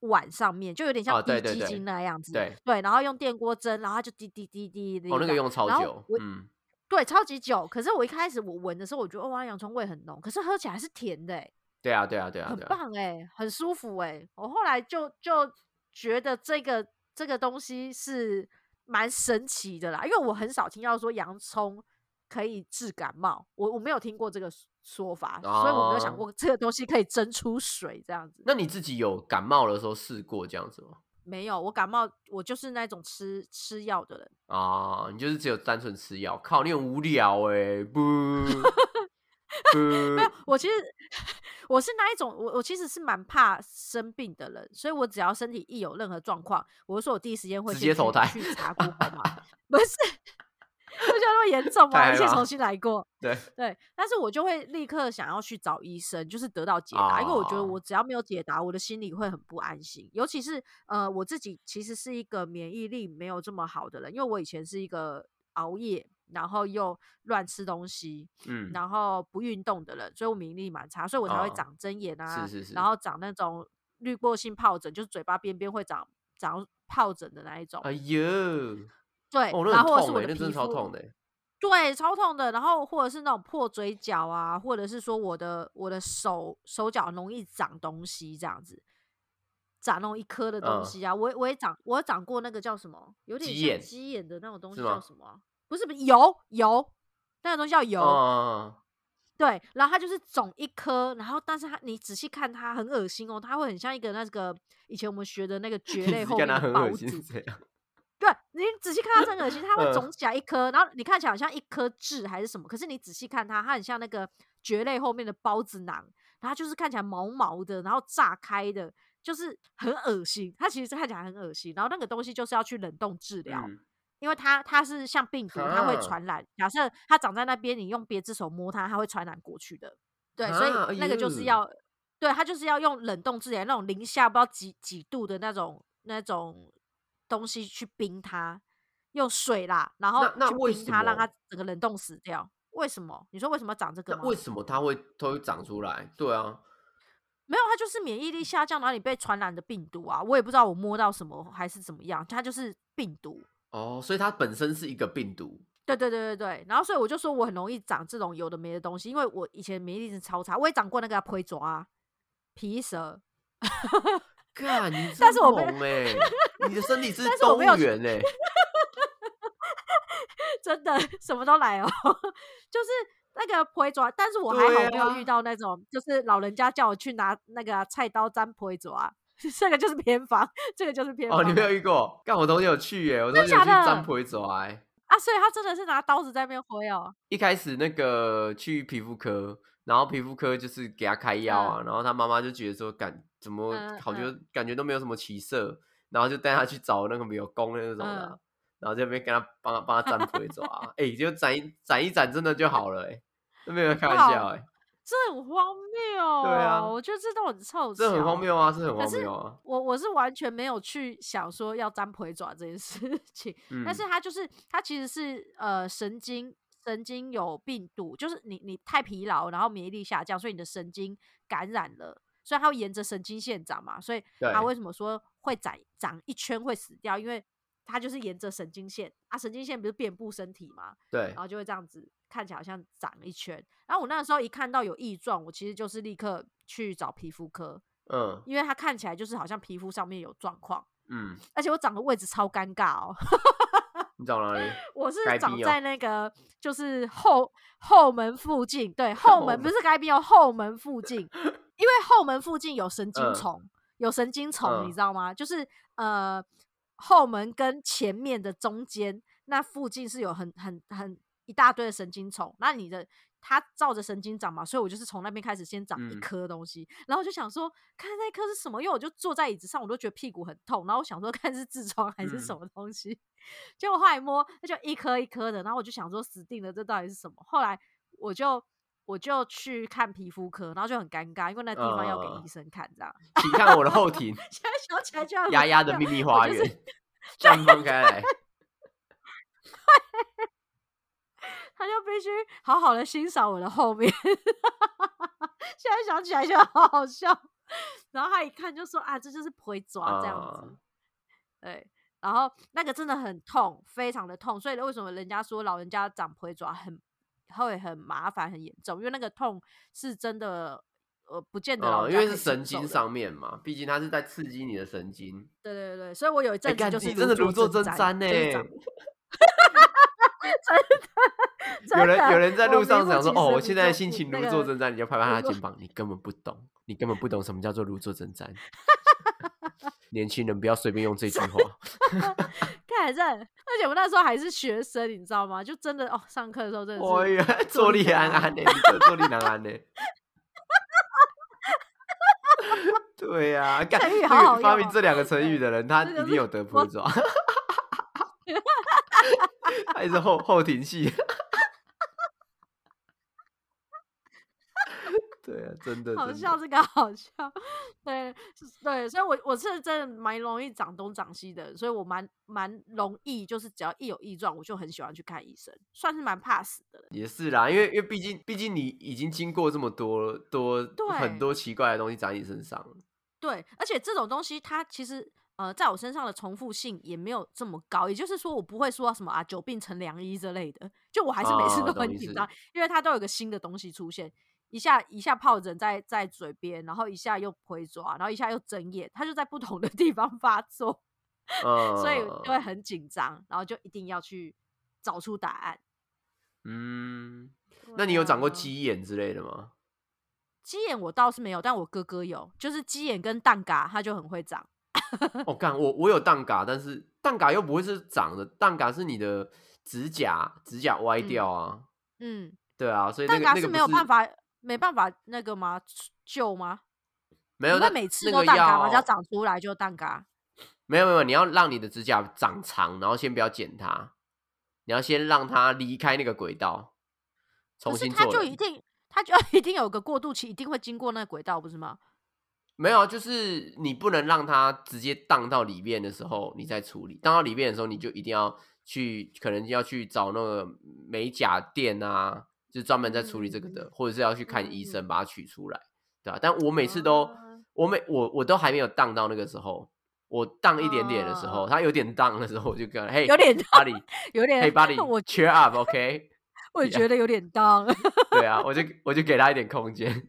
Speaker 1: 碗上面，就有点像
Speaker 2: 哦对
Speaker 1: 滴
Speaker 2: 对
Speaker 1: 鸡
Speaker 2: 对
Speaker 1: 精那样子。
Speaker 2: 对，
Speaker 1: 对，然后用电锅蒸，然后它就滴滴滴滴滴。
Speaker 2: 哦，那个用超
Speaker 1: 然后
Speaker 2: 久
Speaker 1: 我，
Speaker 2: 嗯，
Speaker 1: 对，超级久。可是我一开始我闻的时候，我觉得哇，洋葱味很浓，可是喝起来是甜的、欸，
Speaker 2: 对啊，对啊，对啊，
Speaker 1: 很
Speaker 2: 对啊，
Speaker 1: 棒哎、很舒服哎、我后来就就觉得这个这个东西是蛮神奇的啦，因为我很少听到说洋葱可以治感冒，我我没有听过这个 s- 说法，所以我没有想
Speaker 2: 哦
Speaker 1: 过这个东西可以蒸出水这样子。
Speaker 2: 那你自己有感冒的时候试过这样子吗？
Speaker 1: 没有，我感冒我就是那种吃吃药的人，
Speaker 2: 啊，你就是只有单纯吃药，靠，你很无聊哎、不
Speaker 1: [laughs]
Speaker 2: 不，
Speaker 1: 我其实 [laughs] 我是那一种，我我其实是蛮怕生病的人，所以我只要身体一有任何状况，我就说我第一时间会
Speaker 2: 直
Speaker 1: 先
Speaker 2: 接投
Speaker 1: 去
Speaker 2: 胎
Speaker 1: 去查 Google
Speaker 2: [laughs]
Speaker 1: 嘛，不是，我觉得那么严重吗？
Speaker 2: 太
Speaker 1: 一
Speaker 2: 害
Speaker 1: 切
Speaker 2: 怕
Speaker 1: 重新来过，
Speaker 2: 对，
Speaker 1: 对，但是我就会立刻想要去找医生，就是得到解答，因为我觉得
Speaker 2: 哦
Speaker 1: 我只要没有解答，我的心里会很不安心。尤其是呃，我自己其实是一个免疫力没有这么好的人，因为我以前是一个熬夜，然后又乱吃东西，
Speaker 2: 嗯，
Speaker 1: 然后不运动的人，所以我免疫力蛮差，所以我才会
Speaker 2: 哦
Speaker 1: 长针眼啊，
Speaker 2: 是是
Speaker 1: 然
Speaker 2: 是
Speaker 1: 后长那种滤过性疱疹，就是嘴巴边边会长长疱疹的那一种。
Speaker 2: 哎呦，
Speaker 1: 对，
Speaker 2: 哦，那
Speaker 1: 然
Speaker 2: 很
Speaker 1: 后或者是
Speaker 2: 痛
Speaker 1: 我
Speaker 2: 哎、
Speaker 1: 的
Speaker 2: 那
Speaker 1: 皮
Speaker 2: 真的
Speaker 1: 肤，
Speaker 2: 超痛的、欸，
Speaker 1: 对，超痛的。然后或者是那种破嘴角啊，或者是说我的我的手手脚很容易长东西这样子，长那种一颗的东
Speaker 2: 嗯
Speaker 1: 西啊。我也我也长我有长过那个叫什么，有点
Speaker 2: 鸡
Speaker 1: 像
Speaker 2: 眼
Speaker 1: 鸡眼的那种东西
Speaker 2: 是
Speaker 1: 叫
Speaker 2: 吗
Speaker 1: 什么啊、不是不是油油，那个东西叫油。
Speaker 2: 哦，
Speaker 1: 对，然后它就是肿一颗，然后但是它你仔细看它很恶心哦，它会很像一个那个以前我们学的那个蕨
Speaker 2: [laughs] 你
Speaker 1: 类
Speaker 2: 只
Speaker 1: 后
Speaker 2: 看
Speaker 1: 面
Speaker 2: 他很
Speaker 1: 的
Speaker 2: 恶
Speaker 1: 孢
Speaker 2: 心是
Speaker 1: 子，
Speaker 2: 这样，
Speaker 1: 对你仔细看它真的恶
Speaker 2: [laughs]
Speaker 1: 心，它会
Speaker 2: 嗯
Speaker 1: 肿起来一颗，然后你看起来好像一颗痣还是什么，可是你仔细看它，它很像那个蕨类后面的孢子囊，然后它就是看起来毛毛的，然后炸开的，就是很恶心，它其实看起来很恶心，然后那个东西就是要去冷冻治疗。
Speaker 2: 嗯，
Speaker 1: 因为它它是像病毒，它会
Speaker 2: 哈
Speaker 1: 传染。假设它长在那边，你用别只手摸它，它会传染过去的。对，所
Speaker 2: 哈哎
Speaker 1: 以那个就是
Speaker 2: 呦
Speaker 1: 要，对，它就是要用冷冻治疗，那种零下不知道几几度的那种那种东西去冰它，用水啦，然后
Speaker 2: 那
Speaker 1: 去
Speaker 2: 为
Speaker 1: 冰
Speaker 2: 什
Speaker 1: 它，让它
Speaker 2: 么
Speaker 1: 整个冷冻死掉。为什么？你说为什么长这个
Speaker 2: 那
Speaker 1: 吗？
Speaker 2: 为什么它会它会长出来？对啊，
Speaker 1: 没有，它就是免疫力下降，然后你被传染的病毒啊，我也不知道我摸到什么还是怎么样，它就是病毒。
Speaker 2: 哦，所以它本身是一个病毒，
Speaker 1: 对对对对对，然后所以我就说我很容易长这种有的没的东西，因为我以前免疫力是超差，我也长过那个皮爪、啊、皮蛇， [laughs]
Speaker 2: 干，你
Speaker 1: 但
Speaker 2: 真
Speaker 1: 是我没
Speaker 2: 猛哎、你的身体是
Speaker 1: [laughs] 但是我
Speaker 2: 动
Speaker 1: 没有
Speaker 2: 物园哎、
Speaker 1: 真的什么都来哦， [laughs] 就是那个皮爪，但是我还
Speaker 2: 对
Speaker 1: 好没有遇
Speaker 2: 啊
Speaker 1: 到那种，就是老人家叫我去拿那个啊菜刀沾皮爪、啊， [laughs] 这个就是偏方，这个就是偏方
Speaker 2: 哦，
Speaker 1: 了。
Speaker 2: 你没
Speaker 1: [laughs]
Speaker 2: 有遇过？干，我同学有去耶、我同学有
Speaker 1: 假
Speaker 2: 去
Speaker 1: 的
Speaker 2: 占婆爪哎。
Speaker 1: 啊？所以他真的是拿刀子在那边挥哦，
Speaker 2: 一开始那个去皮肤科，然后皮肤科就是给他开药啊，然后他妈妈就觉得说感怎么
Speaker 1: 嗯
Speaker 2: 好觉、感觉都没有什么起色，然后就带他去找那个美有工那种的啊、
Speaker 1: 嗯
Speaker 2: 然后这边跟他帮他帮他占腿爪、
Speaker 1: [laughs]
Speaker 2: 啊，哎、就斩一斩一斩真的就好了哎、都没有在开玩
Speaker 1: 好
Speaker 2: 笑哎、
Speaker 1: 这很荒谬、哦。
Speaker 2: 啊
Speaker 1: 我觉得这都很凑巧，
Speaker 2: 这很荒。谬啊，是很
Speaker 1: 可
Speaker 2: 荒
Speaker 1: 是
Speaker 2: 谬啊，
Speaker 1: 我我是完全没有去想说要沾腿爪这件事情，
Speaker 2: 嗯，
Speaker 1: 但是它就是它其实是呃神经神经有病毒，就是你你太疲劳，然后免疫力下降，所以你的神经感染了，所以它会沿着神经线长嘛，所以它
Speaker 2: 对
Speaker 1: 为什么说会长长一圈会死掉？因为它就是沿着神经线啊，神经线不是遍布身体吗？
Speaker 2: 对
Speaker 1: 然后就会这样子看起来好像长一圈。然后我那时候一看到有异状，我其实就是立刻去找皮肤科，
Speaker 2: 嗯
Speaker 1: 因为它看起来就是好像皮肤上面有状况，
Speaker 2: 嗯，
Speaker 1: 而且我长的位置超尴尬哦。
Speaker 2: 你找哪
Speaker 1: [laughs]
Speaker 2: 里？
Speaker 1: 我是
Speaker 2: 该
Speaker 1: 长
Speaker 2: 逼哦
Speaker 1: 在那个就是后后门附近，对后
Speaker 2: 后
Speaker 1: 门
Speaker 2: 门
Speaker 1: 不是该边有后门附
Speaker 2: [laughs]
Speaker 1: 近，因为后门附近有神经
Speaker 2: 嗯
Speaker 1: 虫，有神经虫，你
Speaker 2: 嗯
Speaker 1: 知道吗？就是呃后门跟前面的中间那附近是有很很很一大堆的神经虫，那你的。它照着神经长嘛，所以我就是从那边开始先长一
Speaker 2: 嗯
Speaker 1: 颗东西，然后我就想说，看那一颗是什么，因为我就坐在椅子上，我都觉得屁股很痛，然后我想说 [laughs] 看是痔疮还是什
Speaker 2: 嗯
Speaker 1: 么东西， [laughs] 结果后来摸，它就一颗一颗的，然后我就想说死定了，这到底是什么？后来我就我就去看皮肤科，然后就很尴尬，因为那地方要给
Speaker 2: 嗯
Speaker 1: 医生看，这样。 [laughs]
Speaker 2: 请看我的后庭，
Speaker 1: 现在想起来就很
Speaker 2: 丫
Speaker 1: 荒
Speaker 2: 丫的
Speaker 1: 谬
Speaker 2: 秘密
Speaker 1: 我
Speaker 2: 花
Speaker 1: 就
Speaker 2: 园
Speaker 1: 是， [laughs]
Speaker 2: 绽放开来，
Speaker 1: 他就必须好好的欣赏我的后面。 [laughs] 现在想起来觉得好好笑。 [laughs] 然后他一看就说啊，这就是不会抓这样子。
Speaker 2: 啊
Speaker 1: 对，然后那个真的很痛，非常的痛。所以为什么人家说老人家长不会抓很会很麻烦、很严重？因为那个痛是真的，呃，不见得老
Speaker 2: 哦，
Speaker 1: 人
Speaker 2: 因
Speaker 1: 家
Speaker 2: 为
Speaker 1: 可
Speaker 2: 是
Speaker 1: 以承
Speaker 2: 神
Speaker 1: 受
Speaker 2: 经
Speaker 1: 的。
Speaker 2: 上面嘛，毕竟它是在刺激你的神经。
Speaker 1: 对对对，所以我有一
Speaker 2: 哎
Speaker 1: 阵子
Speaker 2: 干
Speaker 1: 就是
Speaker 2: 你真的如
Speaker 1: 坐
Speaker 2: 坐针毡呢、
Speaker 1: 就
Speaker 2: [laughs]
Speaker 1: 是长真
Speaker 2: 有人
Speaker 1: 的
Speaker 2: 有人在
Speaker 1: 我
Speaker 2: 路
Speaker 1: 名
Speaker 2: 上
Speaker 1: 副
Speaker 2: 想说，
Speaker 1: 其
Speaker 2: 哦，
Speaker 1: 实
Speaker 2: 我
Speaker 1: 如
Speaker 2: 现在
Speaker 1: 坐
Speaker 2: 心
Speaker 1: 不
Speaker 2: 情
Speaker 1: 那
Speaker 2: 如坐
Speaker 1: 个
Speaker 2: 针毡，你就拍拍他的
Speaker 1: 如
Speaker 2: 肩膀，你根本不懂，你根本不懂什么叫做如坐针
Speaker 1: [laughs]
Speaker 2: 毡。年轻人不要随便用这句话。
Speaker 1: 看这，而且我那时候还是学生，你知道吗？就真的哦，上课的时候真的 [laughs]
Speaker 2: 哎
Speaker 1: 是，
Speaker 2: 呀，
Speaker 1: 坐
Speaker 2: [laughs] 坐
Speaker 1: 立
Speaker 2: 立
Speaker 1: 难
Speaker 2: 难安呢、你这坐立难安呢、 [laughs] 对呀、啊干
Speaker 1: 成语
Speaker 2: 这
Speaker 1: 好
Speaker 2: 个
Speaker 1: 好
Speaker 2: 发
Speaker 1: 用
Speaker 2: 明
Speaker 1: 哦
Speaker 2: 这两个成语的人，他
Speaker 1: 这
Speaker 2: 一
Speaker 1: 个
Speaker 2: 定
Speaker 1: 是
Speaker 2: 有得不
Speaker 1: 我
Speaker 2: 会抓， [laughs] 他也是后后庭系。 [laughs] 对啊，真的，
Speaker 1: 好
Speaker 2: 真
Speaker 1: 笑，
Speaker 2: 的
Speaker 1: 这个好笑， [laughs] 对是对，所以我我是真的蛮容易长东长西的，所以我蛮蛮容易，就是只要一有异状，我就很喜欢去看医生，算是蛮怕死的人。
Speaker 2: 也是啦，因为因为毕竟毕竟你已经经过这么多多
Speaker 1: 对
Speaker 2: 很多奇怪的东西长在你身上了，
Speaker 1: 对，而且这种东西它其实呃，在我身上的重复性也没有这么高，也就是说，我不会说什么啊久病成良医之类的，就我还是每次
Speaker 2: 哦
Speaker 1: 都
Speaker 2: 懂
Speaker 1: 很
Speaker 2: 意
Speaker 1: 紧
Speaker 2: 思
Speaker 1: 张，因为它都有个新的东西出现，一下一下疱疹在在嘴边，然后一下又回抓，然后一下又睁眼，它就在不同的 [laughs] 地方发作，
Speaker 2: 嗯，
Speaker 1: 所以就会很紧张，然后就一定要去找出答案。
Speaker 2: 嗯，那你有长过
Speaker 1: 对啊
Speaker 2: 鸡眼之类的吗？
Speaker 1: 鸡眼？我倒是没有，但我哥哥有，就是鸡眼跟蛋嘎，他就很会长。
Speaker 2: 哦，干我我有蛋嘎，但是蛋嘎又不会是长的，蛋嘎是你的指甲指甲歪
Speaker 1: 嗯
Speaker 2: 掉啊，
Speaker 1: 嗯，
Speaker 2: 对啊，所以那
Speaker 1: 蛋
Speaker 2: 个
Speaker 1: 嘎
Speaker 2: 那
Speaker 1: 是
Speaker 2: 个不
Speaker 1: 没有办，法，没办法那个吗？救吗？
Speaker 2: 没有
Speaker 1: 你会
Speaker 2: 那
Speaker 1: 每次
Speaker 2: 那
Speaker 1: 都
Speaker 2: 个
Speaker 1: 蛋嘎吗？只要
Speaker 2: 要
Speaker 1: 长出来就蛋嘎。
Speaker 2: 没有没有，你要让你的指甲长长，然后先不要剪它，你要先让它离开那个轨道，重
Speaker 1: 可是
Speaker 2: 新
Speaker 1: 它
Speaker 2: 做
Speaker 1: 就
Speaker 2: 人
Speaker 1: 一定，它就一定有个过渡期，一定会经过那个轨道，不是吗？
Speaker 2: 没有啊，就是你不能让它直接荡到里面的时候，你再处理。荡到里面的时候，你就一定要去，可能要去找那个美甲店啊，就专门在处理这个的，
Speaker 1: 嗯
Speaker 2: 或者是要去看医
Speaker 1: 嗯
Speaker 2: 生把它取出来，对吧、但我每次都，
Speaker 1: 啊
Speaker 2: 我每我我都还没有荡到那个时候，我荡一点点的时候，它有点荡的时候，我就跟他嘿，
Speaker 1: 哦有点
Speaker 2: 巴里，
Speaker 1: [laughs] 有点，
Speaker 2: 嘿巴
Speaker 1: [laughs]
Speaker 2: 里
Speaker 1: 我
Speaker 2: ，cheer up，OK，、
Speaker 1: 我也
Speaker 2: 呀
Speaker 1: 觉得有点当。 [laughs]
Speaker 2: 对啊，我就我就给他一点空间。 [laughs]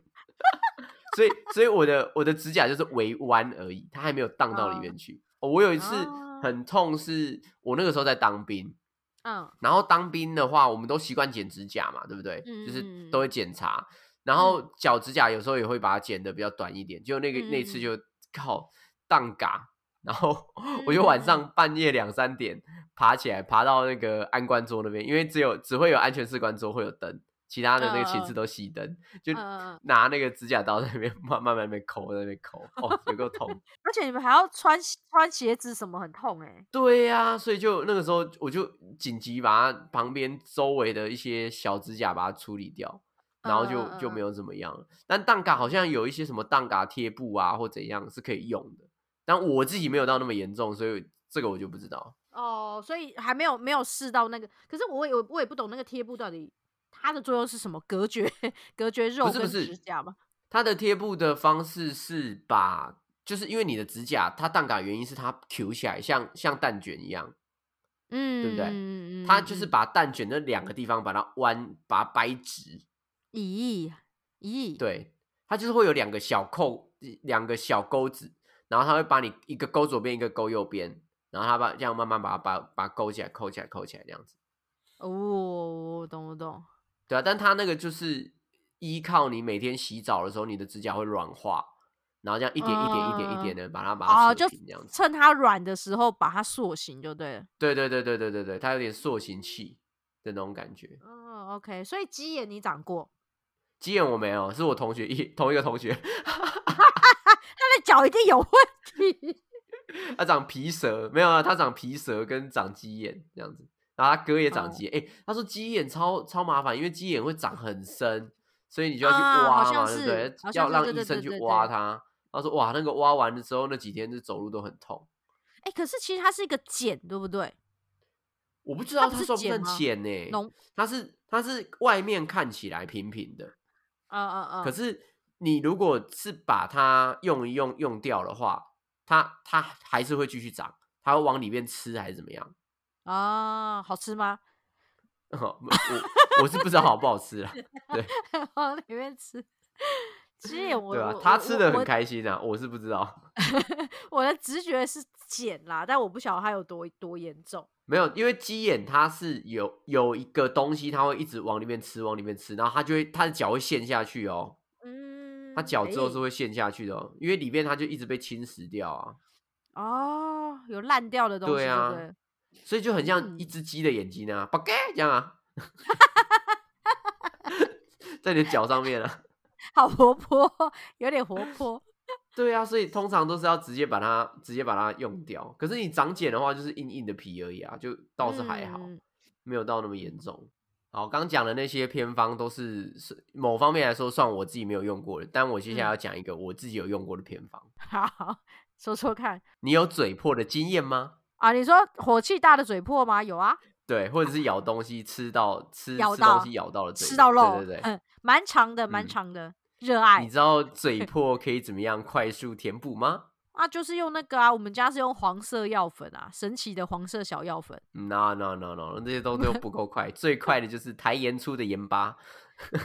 Speaker 2: 所以，所以我的我的指甲就是微弯而已，它还没有荡到里
Speaker 1: 嗯
Speaker 2: 面去。哦我有一次
Speaker 1: 哦
Speaker 2: 很痛是，我那个时候在当兵，
Speaker 1: 嗯
Speaker 2: 然后当兵的话，我们都习惯剪指甲嘛，对不对？
Speaker 1: 嗯
Speaker 2: 就是
Speaker 1: 嗯
Speaker 2: 都会检查，然后脚指甲有时候也会把它剪的比较短一点。就那个、那次
Speaker 1: 嗯
Speaker 2: 就靠荡嘎，然后 [laughs] 我就晚
Speaker 1: 嗯
Speaker 2: 上半夜两三点爬起来，爬到那个安官桌那边，因为只有只会有安全士官桌会有灯，其他的那个寝室
Speaker 1: 嗯嗯
Speaker 2: 都熄灯，就
Speaker 1: 嗯嗯，嗯
Speaker 2: [laughs] 拿那个指甲刀在那边慢慢慢慢地抠，在那边抠，哦，有够痛。 [laughs]
Speaker 1: 而且你们还要穿鞋穿鞋子，什么很痛哎、
Speaker 2: 对呀、所以就那个时候我就紧急把它旁边周围的一些小指甲把它处理掉，然后就就没
Speaker 1: 有。
Speaker 2: 有怎么样了。但蛋嘎好像有一些什么蛋嘎贴布啊或怎样是可以用的，但我自己没有到那么严重，所以这个我就不知道。
Speaker 1: 哦，所以还没有没有试到那个，可是我也我也不懂那个贴布到底它的作用是什么，隔绝 [laughs] 隔绝肉
Speaker 2: 不是不
Speaker 1: 跟
Speaker 2: 是
Speaker 1: 指甲吗？
Speaker 2: 它的贴布的方式是把，就是因为你的指甲它蛋嘎原因是它 Q 起来像像蛋卷一样，
Speaker 1: 嗯，
Speaker 2: 对不对
Speaker 1: 嗯
Speaker 2: 它就是
Speaker 1: 嗯
Speaker 2: 把蛋卷那两个地方把它弯，把它掰直。
Speaker 1: 咦咦，，
Speaker 2: 对，它就是会有两个小扣，两个小钩子，然后它会把你一个勾左边，一个勾右边，然后它把这样慢慢把它把把它勾起来，扣起来，扣起来这样子。
Speaker 1: 哦，我懂我懂，
Speaker 2: 对啊，但它那个就是依靠你每天洗澡的时候，你的指甲会软化，然后这样一点一点一点一点的把它把它
Speaker 1: 哦，
Speaker 2: 塑
Speaker 1: 就
Speaker 2: 形这样子。
Speaker 1: 趁它软的时候把它塑形就对了。
Speaker 2: 对对对对对对对，它有点塑形器的那种感觉。
Speaker 1: 嗯，OK，所以鸡眼你长过，
Speaker 2: 鸡眼我没有，是我同学一 [laughs] 同一个同学，
Speaker 1: 它的脚一定有问题。
Speaker 2: 他长皮蛇，没有啊，他长皮蛇跟长鸡眼这样子，然后他哥也长
Speaker 1: 哦
Speaker 2: 鸡眼。哎、他说鸡眼超超麻烦，因为鸡眼会长很深，所以你就要去
Speaker 1: 啊
Speaker 2: 挖
Speaker 1: 好像
Speaker 2: 嘛，对不
Speaker 1: 是
Speaker 2: 对
Speaker 1: 好？像
Speaker 2: 要
Speaker 1: 是
Speaker 2: 让
Speaker 1: 对
Speaker 2: 医
Speaker 1: 对
Speaker 2: 生
Speaker 1: 对
Speaker 2: 去
Speaker 1: 对
Speaker 2: 挖
Speaker 1: 对
Speaker 2: 它。他说哇，那个挖完之后那几天就走路都很痛。
Speaker 1: 哎、可是其实它是一个茧，对不对？
Speaker 2: 我不知
Speaker 1: 它
Speaker 2: 道
Speaker 1: 不
Speaker 2: 它
Speaker 1: 是
Speaker 2: 算不
Speaker 1: 茧
Speaker 2: 算欸
Speaker 1: 吗
Speaker 2: 浅呢、
Speaker 1: 脓，
Speaker 2: 它是它是外面看起来平平的，
Speaker 1: 嗯嗯嗯，
Speaker 2: 可是你如果是把它用一用用掉的话，它它还是会继续长，它会往里面吃还是怎么样？ [laughs]
Speaker 1: 啊，好吃吗？
Speaker 2: 我我我是不知道好不好吃啊，
Speaker 1: 往里面吃。其实我
Speaker 2: 对吧、
Speaker 1: 我
Speaker 2: 他
Speaker 1: 我
Speaker 2: 吃的
Speaker 1: 我
Speaker 2: 很开心啊，我是不知道。 [laughs]
Speaker 1: 我的直觉是减啦，但我不晓得它有多多严重。
Speaker 2: 没有，因为鸡眼它是有有一个东西，它会一直往里面吃，往里面吃，然后它就会它的脚会陷下去哦，
Speaker 1: 嗯，
Speaker 2: 它脚之后是
Speaker 1: 哎
Speaker 2: 会陷下去的哦，因为里面它就一直被侵蚀掉啊，
Speaker 1: 哦，有烂掉的东西
Speaker 2: 对
Speaker 1: 对
Speaker 2: 啊
Speaker 1: 不对？
Speaker 2: 所以就很像
Speaker 1: 嗯
Speaker 2: 一只鸡的眼睛啊，吧该这样啊， [laughs] 在你的脚上面啊，
Speaker 1: 好活泼，有点活泼。
Speaker 2: 对啊，所以通常都是要直接把它直接把它用掉，可是你长茧的话就是硬硬的皮而已啊，就倒是还好。
Speaker 1: 嗯
Speaker 2: 没有到那么严重。好，刚讲的那些偏方都是是某方面来说算我自己没有用过的，但我接
Speaker 1: 嗯
Speaker 2: 下来要讲一个我自己有用过的偏方。
Speaker 1: 好，说说看
Speaker 2: 你有嘴破的经验吗？
Speaker 1: 啊，你说火气大的嘴破吗？有啊，
Speaker 2: 对，或者是咬东西吃到吃
Speaker 1: 咬
Speaker 2: 吃东
Speaker 1: 到
Speaker 2: 西咬到了呃嘴，
Speaker 1: 吃到肉，
Speaker 2: 对对对。
Speaker 1: 嗯，蛮长的，蛮
Speaker 2: 嗯
Speaker 1: 长的，热
Speaker 2: 你
Speaker 1: 爱
Speaker 2: 知道嘴破可以怎么样快速填补吗？ [laughs]
Speaker 1: 啊，就是用那个啊，我们家是用黄色药粉啊，神奇的黄色小药粉
Speaker 2: No no no no，这些都都不够快，最快的就是抬盐出的盐巴。 [laughs]
Speaker 1: 屁嘞，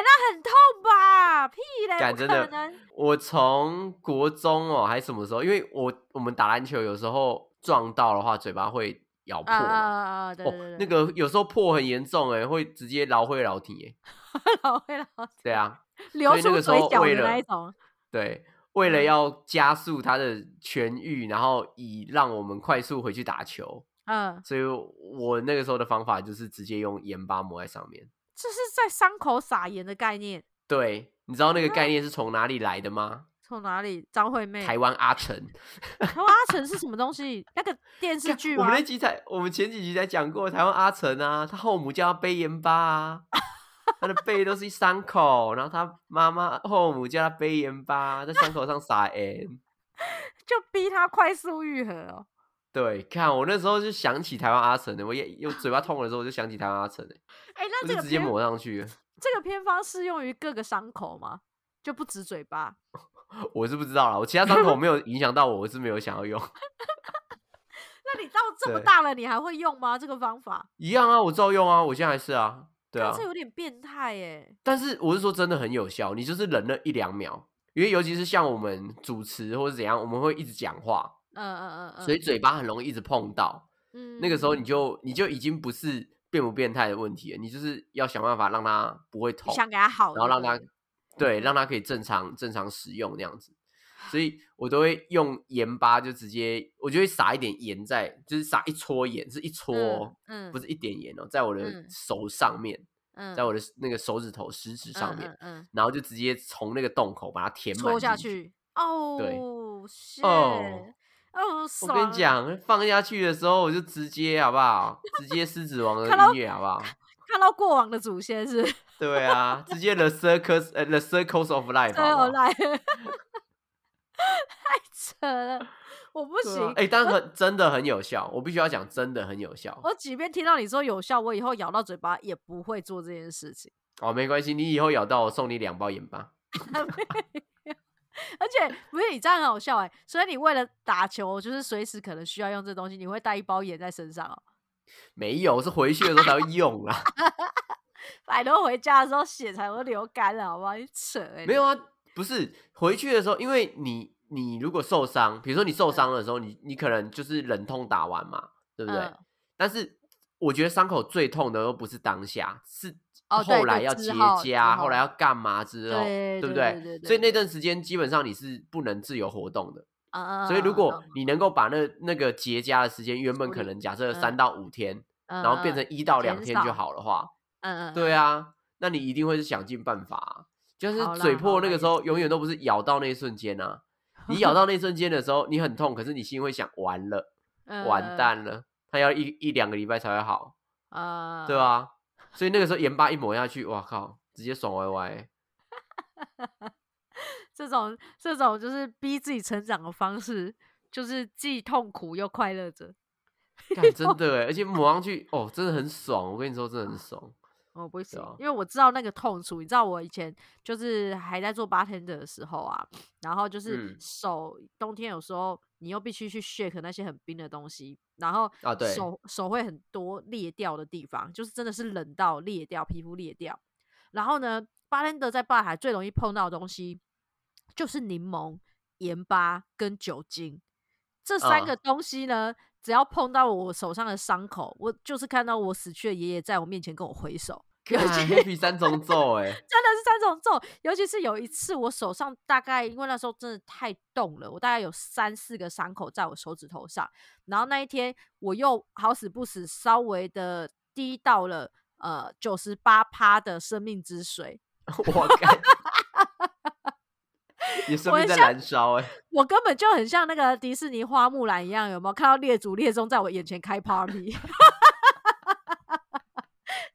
Speaker 1: 那很痛吧？屁嘞，
Speaker 2: 干
Speaker 1: 不
Speaker 2: 真
Speaker 1: 可
Speaker 2: 的
Speaker 1: 能，
Speaker 2: 我从国中哦，还什么时候？因为我我们打篮球有时候撞到的话，嘴巴会咬破
Speaker 1: 啊
Speaker 2: 嘛。
Speaker 1: 啊啊啊！对对对
Speaker 2: 哦，，
Speaker 1: 对
Speaker 2: 那个有时候破很严重哎，会直接劳会劳体哎。
Speaker 1: 老会老
Speaker 2: 对
Speaker 1: 嗯
Speaker 2: 啊，
Speaker 1: 流
Speaker 2: 那
Speaker 1: 出
Speaker 2: 个时
Speaker 1: 嘴
Speaker 2: 候
Speaker 1: 角
Speaker 2: 为
Speaker 1: 的那
Speaker 2: 了
Speaker 1: 一种，
Speaker 2: 对，为了
Speaker 1: 嗯
Speaker 2: 要加速他的痊愈，然后以让我们快速回去打球，
Speaker 1: 嗯，
Speaker 2: 所以我那个时候的方法就是直接用盐巴抹在上面。
Speaker 1: 这是在伤口撒盐的概念，
Speaker 2: 对，你知道那个
Speaker 1: 嗯
Speaker 2: 概念是从哪里来的吗？
Speaker 1: 从哪里？张惠妹，
Speaker 2: 台湾阿成，
Speaker 1: 台湾阿成是什么东西？那个电视
Speaker 2: [laughs]
Speaker 1: 剧
Speaker 2: 我
Speaker 1: 吗
Speaker 2: 们？那集才，我们前几集才讲过台湾阿成啊，他后母叫他背盐巴啊，他的背都是一伤口，然后他妈妈后母叫他背盐巴，在伤口上撒盐。
Speaker 1: 就逼他快速愈合哦。
Speaker 2: 对，看我那时候就想起台湾阿成的，我也用嘴巴痛的时候我就想起台湾阿成的，
Speaker 1: 哎、那这
Speaker 2: 我就
Speaker 1: 个
Speaker 2: 直接
Speaker 1: 偏
Speaker 2: 抹上去了。
Speaker 1: 这个偏方适用于各个伤口吗？就不止嘴巴，
Speaker 2: 我是不知道啦，我其他伤口没有影响到我，我是没有想要用。
Speaker 1: 那你到这么
Speaker 2: 对
Speaker 1: 大了，你还会用吗？这个方法，
Speaker 2: 一样啊，我照用啊，我现在还是啊，对
Speaker 1: 但
Speaker 2: 啊
Speaker 1: 这。有点变态耶。
Speaker 2: 但是我是说真的很有效，你就是忍了一两秒，因为尤其是像我们主持或者怎样，我们会一直讲话，
Speaker 1: 嗯嗯嗯嗯，
Speaker 2: 所以嘴巴很容易一直碰到。
Speaker 1: 嗯
Speaker 2: 那个时候你就你就已经不是变不变态的问题了，你就是要想办法让它不会
Speaker 1: 你
Speaker 2: 痛，
Speaker 1: 想给他好，
Speaker 2: 然后让
Speaker 1: 对
Speaker 2: 它
Speaker 1: 不对
Speaker 2: 对
Speaker 1: 嗯
Speaker 2: 让它可以正常正常使用那样子。所以我都会用盐巴，就直接我就会撒一点盐在，就是撒一撮盐，是一撮哦、
Speaker 1: 嗯，
Speaker 2: 不是一点盐哦，在我的
Speaker 1: 嗯
Speaker 2: 手上面，
Speaker 1: 嗯，
Speaker 2: 在
Speaker 1: 我
Speaker 2: 我的那个手指头食指上面，
Speaker 1: 嗯，
Speaker 2: 然后就直接从那个洞口把它填满
Speaker 1: 戳下
Speaker 2: 进去。
Speaker 1: 去，哦，
Speaker 2: 对
Speaker 1: 是，
Speaker 2: 哦
Speaker 1: 哦，
Speaker 2: 我
Speaker 1: 爽
Speaker 2: 跟你，讲，放下去的时候我就直接好不好？直接狮子
Speaker 1: [laughs]
Speaker 2: 王的
Speaker 1: 看到
Speaker 2: 音乐好不好？
Speaker 1: 看到过往的祖先是
Speaker 2: 对啊，直接 the circus 呃 the circles of life
Speaker 1: 对啊
Speaker 2: 好
Speaker 1: 我
Speaker 2: 不好？
Speaker 1: 来， [laughs] 太扯了，我不
Speaker 2: 对啊
Speaker 1: 行。
Speaker 2: 哎、但很真的很有效，我必须要讲，真的很有效。
Speaker 1: 我即便听到你说有效，我以后咬到嘴巴也不会做这件事情。
Speaker 2: 哦，没关系，你以后咬到我送你两包盐巴。
Speaker 1: 而且不是你这样很好笑哎、所以你为了打球，就是随时可能需要用这东西，你会带一包盐在身上哦。
Speaker 2: 没有，是回去的时候才会用啦。
Speaker 1: 反正回家的时候血才会流干了，好不好？你扯哎、
Speaker 2: 没有啊，不是回去的时候，因为你你如果受伤，比如说你
Speaker 1: 嗯
Speaker 2: 受伤的时候，你你可能就是忍痛打完嘛，对
Speaker 1: 你，
Speaker 2: 不对？
Speaker 1: 嗯
Speaker 2: 但是我觉得伤口最痛的又不是当下，是
Speaker 1: 哦对
Speaker 2: 后来
Speaker 1: 对
Speaker 2: 要
Speaker 1: 之
Speaker 2: 结
Speaker 1: 后之
Speaker 2: 痂，后
Speaker 1: 后
Speaker 2: 来要干嘛之后，
Speaker 1: 对
Speaker 2: 不
Speaker 1: 对对对
Speaker 2: 所以那
Speaker 1: 对
Speaker 2: 段时间基本上你是不能自由活动的。
Speaker 1: 嗯嗯
Speaker 2: 所以
Speaker 1: 嗯
Speaker 2: 如果你能够把那那个结痂的时间，原本
Speaker 1: 处
Speaker 2: 可
Speaker 1: 理
Speaker 2: 能假设
Speaker 1: 嗯
Speaker 2: 三到五天，
Speaker 1: 嗯
Speaker 2: 然后变成一到两
Speaker 1: 减
Speaker 2: 天就
Speaker 1: 少
Speaker 2: 好的话，
Speaker 1: 嗯嗯嗯
Speaker 2: 对啊，那你一定会是想尽办法啊、就是
Speaker 1: 好啦
Speaker 2: 嘴
Speaker 1: 好
Speaker 2: 破
Speaker 1: 啦
Speaker 2: 那个
Speaker 1: 也
Speaker 2: 时候，永远都不是咬到那一瞬
Speaker 1: [laughs]
Speaker 2: 间啊。你咬到那一瞬间的时候，你很痛，可是你心会想，完了，
Speaker 1: 嗯
Speaker 2: 完蛋了，它要一一两个礼拜才会好，
Speaker 1: 啊
Speaker 2: 对啊，所以那个时候盐巴一抹下去，哇靠，直接爽歪歪
Speaker 1: [laughs]
Speaker 2: 欸。
Speaker 1: 这种这种就是逼自己成长的方式，就是既痛苦又快乐着。 [laughs]
Speaker 2: 干真的欸，而且抹上去哦，真的很爽。我跟你说，真的很爽。
Speaker 1: 我不行，
Speaker 2: 啊
Speaker 1: 因为我知道那个痛楚。你知道我以前就是还在做 bartender 的时候啊，然后就是
Speaker 2: 嗯
Speaker 1: 手、冬天有时候你又必须去 shake 那些很冰的东西，然后
Speaker 2: 啊对
Speaker 1: 手手会很多裂掉的地方，就是真的是冷到裂掉，皮肤裂掉。然后呢，bartender 在吧台最容易碰到的东西就是柠檬、盐巴跟酒精这三
Speaker 2: 啊
Speaker 1: 个东西呢。只要碰到我手上的伤口，我就是看到我死去的爷爷在我面前跟我挥手， [laughs]
Speaker 2: 看黑皮三重奏哎、
Speaker 1: 真的是三种重。尤其是有一次，我手上大概因为那时候真的太冻了，我大概有三四个伤口在我手指头上。然后那一天我又好死不死稍微的滴到了呃九十八趴的生命之水，
Speaker 2: 我
Speaker 1: [laughs]
Speaker 2: 干， [laughs] 你生命在燃烧哎、
Speaker 1: 我根本就很像那个迪士尼花木兰一样，有没有看到列祖列宗在我眼前开 party？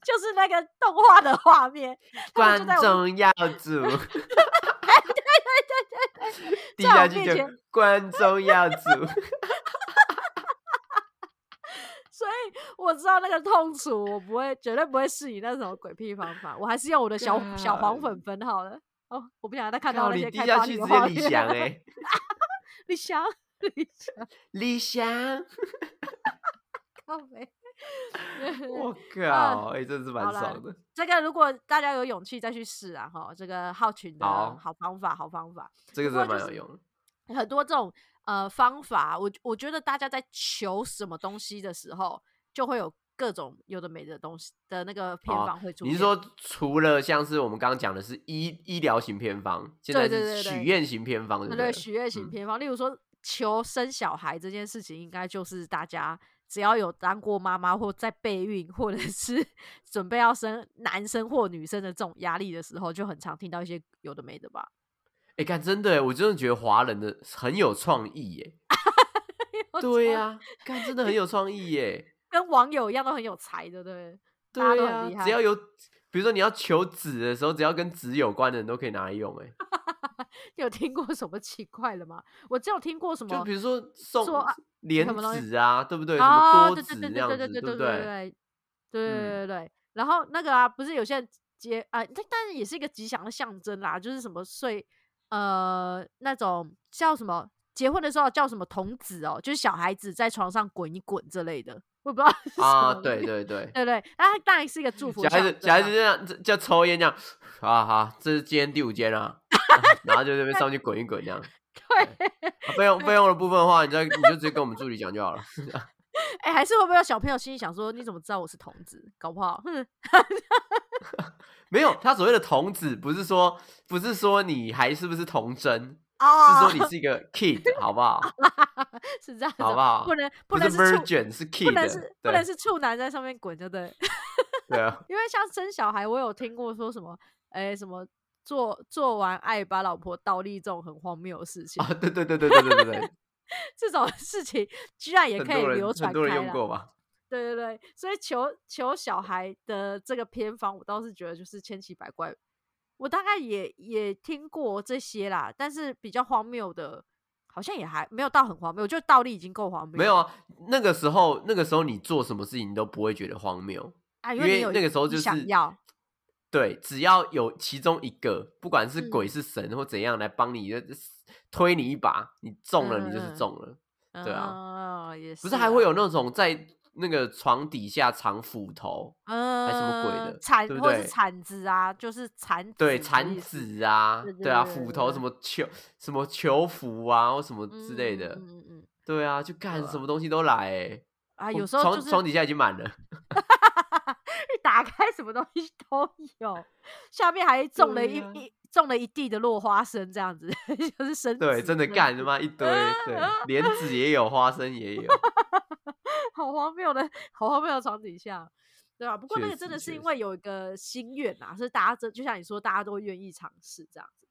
Speaker 1: 就是那个动画的画面， [laughs] 他们就
Speaker 2: 观
Speaker 1: 在我
Speaker 2: 众要组， [laughs] 对对
Speaker 1: [laughs]
Speaker 2: 对对对，
Speaker 1: 在我
Speaker 2: 下去
Speaker 1: 面
Speaker 2: 就
Speaker 1: 前
Speaker 2: 观众要组，
Speaker 1: 所以我知道那个痛楚，我不会，绝对不会是你那种鬼屁方法，我还是用我的小小黄粉粉好了。哦，我不想 [laughs] 再看到
Speaker 2: 啊靠
Speaker 1: 那
Speaker 2: 你
Speaker 1: 些
Speaker 2: 低
Speaker 1: 开
Speaker 2: 下
Speaker 1: 花
Speaker 2: 去
Speaker 1: 的
Speaker 2: 直
Speaker 1: 画
Speaker 2: 接李
Speaker 1: 面。
Speaker 2: 翔哎、
Speaker 1: [laughs] 李翔，李翔，
Speaker 2: 李翔，
Speaker 1: [laughs] 靠北
Speaker 2: 我靠哎、真是蛮
Speaker 1: 嗯好啦
Speaker 2: 爽的，
Speaker 1: 这个如果大家有勇气再去试啊，哈，这个浩群的
Speaker 2: 好
Speaker 1: 好方法，好方法。
Speaker 2: 这个
Speaker 1: 不
Speaker 2: 真的
Speaker 1: 过
Speaker 2: 蛮
Speaker 1: 就
Speaker 2: 有
Speaker 1: 是
Speaker 2: 用的。
Speaker 1: 很多这种呃方法，我我觉得大家在求什么东西的时候，就会有各种有的没的东西的那个偏
Speaker 2: 哦
Speaker 1: 方会出现。
Speaker 2: 你是说除了像是我们刚刚讲的是医医疗型偏方，现在
Speaker 1: 对对对
Speaker 2: 是许
Speaker 1: 对
Speaker 2: 愿型偏方，对不
Speaker 1: 对
Speaker 2: 对？
Speaker 1: 许愿型
Speaker 2: 嗯
Speaker 1: 偏方，例如说求生小孩这件事情，应该就是大家只要有当过妈妈或在备孕，或者是 [laughs] 准备要生男生或女生的这种压力的时候，就很常听到一些有的没的吧。 [laughs]
Speaker 2: 哎、看真的耶，我真的觉得华人的很有创意耶。对呀、看真的很有创意耶。
Speaker 1: 跟网友一样都很有才的，对不对？大家
Speaker 2: 对
Speaker 1: 都
Speaker 2: 呀、
Speaker 1: 很厉害
Speaker 2: 只要有，比如说你要求子的时候，只要跟子有关的，你都可以拿来用。哎，
Speaker 1: 你有听过什么奇怪的吗？我只有听过什么
Speaker 2: 就比如说送
Speaker 1: 说啊
Speaker 2: 莲
Speaker 1: 什么东西
Speaker 2: 子啊，对不对？什
Speaker 1: 哦，对
Speaker 2: 么多
Speaker 1: 对
Speaker 2: 子
Speaker 1: 对
Speaker 2: 那
Speaker 1: 对
Speaker 2: 样
Speaker 1: 对
Speaker 2: 子，
Speaker 1: 对对对
Speaker 2: 不
Speaker 1: 对
Speaker 2: 对？嗯
Speaker 1: 对对对对。然后那个啊，不是有些人结啊，但但是也是一个吉祥的象征啦，就是什么岁呃那种叫什么结婚的时候叫什么童子哦，就是小孩子在床上滚一滚之类的，我也不知道 [laughs] 是什
Speaker 2: 啊，
Speaker 1: 么意
Speaker 2: 对
Speaker 1: 思 [laughs]
Speaker 2: 对对。
Speaker 1: 对对，那它当然是一个祝福
Speaker 2: 小
Speaker 1: 象
Speaker 2: 孩
Speaker 1: 征啊。
Speaker 2: 子，小孩子这样这叫抽烟这样，啊好，这是今天第五间
Speaker 1: [laughs]
Speaker 2: 啊，然后就这边上去滚一滚这样。
Speaker 1: 对，
Speaker 2: 啊费用费用的部分的话，你再你就直接跟我们助理讲就好了。
Speaker 1: 哎、还是会不会有小朋友心里想说，你怎么知道我是童子？搞不好， [laughs] 哼，
Speaker 2: 没有，他所谓的童子不是说不是说你还是不是童真，是
Speaker 1: 哦
Speaker 2: 说，你是一个 kid，好不好？
Speaker 1: 是这样子
Speaker 2: 好
Speaker 1: 哦，
Speaker 2: 不好
Speaker 1: 不能
Speaker 2: 不
Speaker 1: 能
Speaker 2: 是
Speaker 1: 是处
Speaker 2: virgin，是 kid，
Speaker 1: 不能是不
Speaker 2: 对
Speaker 1: 能是处男在上面滚，就对。
Speaker 2: 对啊，
Speaker 1: [laughs] 因为像生小孩，我有听过说什么，哎、什么做做完爱把老婆倒立这种很荒谬的事情，
Speaker 2: 啊对对对对对对对对，
Speaker 1: 这种 [laughs] 事情居然也
Speaker 2: 很
Speaker 1: 可以
Speaker 2: 多
Speaker 1: 流
Speaker 2: 人
Speaker 1: 传开
Speaker 2: 很多人用
Speaker 1: 来
Speaker 2: 过吧？
Speaker 1: 对对对，所以求求小孩的这个偏方，我倒是觉得就是千奇百怪。我大概也也听过这些啦，但是比较荒谬的，好像也还没有到很荒谬，我觉得倒立已经够荒谬。
Speaker 2: 没有，啊，那个时候那个时候你做什么事情你都不会觉得荒谬，
Speaker 1: 啊，因
Speaker 2: 因
Speaker 1: 为你
Speaker 2: 为
Speaker 1: 有
Speaker 2: 那个时候
Speaker 1: 你
Speaker 2: 就是
Speaker 1: 想要，
Speaker 2: 对，只要有其中一个，不管是鬼
Speaker 1: 嗯
Speaker 2: 是神或怎样来帮你呃推你一把，你中了你就
Speaker 1: 嗯
Speaker 2: 是中了，对
Speaker 1: 啊，也是
Speaker 2: 不是还会
Speaker 1: 有
Speaker 2: 有那种在那个床底下藏斧头，
Speaker 1: 嗯
Speaker 2: 什么鬼的
Speaker 1: 铲
Speaker 2: 对不
Speaker 1: 或是
Speaker 2: 对
Speaker 1: 铲子啊，就是铲
Speaker 2: 对，
Speaker 1: 子的
Speaker 2: 铲
Speaker 1: 意思
Speaker 2: 子啊
Speaker 1: 对，
Speaker 2: 对啊，
Speaker 1: 对对
Speaker 2: 斧
Speaker 1: 对
Speaker 2: 头
Speaker 1: 对
Speaker 2: 什么球什么球符啊，或什么之类的，
Speaker 1: 嗯嗯嗯嗯
Speaker 2: 对啊，就干
Speaker 1: 啊
Speaker 2: 什么东西都来、欸，
Speaker 1: 啊，
Speaker 2: 我
Speaker 1: 有时候
Speaker 2: 床
Speaker 1: 就是
Speaker 2: 床底下已经满了，
Speaker 1: [laughs] 一打开什么东西都有，下面还种了
Speaker 2: 对
Speaker 1: 一、
Speaker 2: 啊
Speaker 1: 一种了一地的落花生，这样子 [laughs] 就是生
Speaker 2: 对，
Speaker 1: 子
Speaker 2: 真的
Speaker 1: 之类
Speaker 2: 干他妈一堆，对，莲子也有，花生也有，
Speaker 1: 好荒谬的，好荒谬的床底下，对啊，不过那
Speaker 2: 确
Speaker 1: 个真
Speaker 2: 实
Speaker 1: 的是
Speaker 2: 确
Speaker 1: 因为有一个心愿啊，所以大家真就像你说，大家都愿意尝试这样子。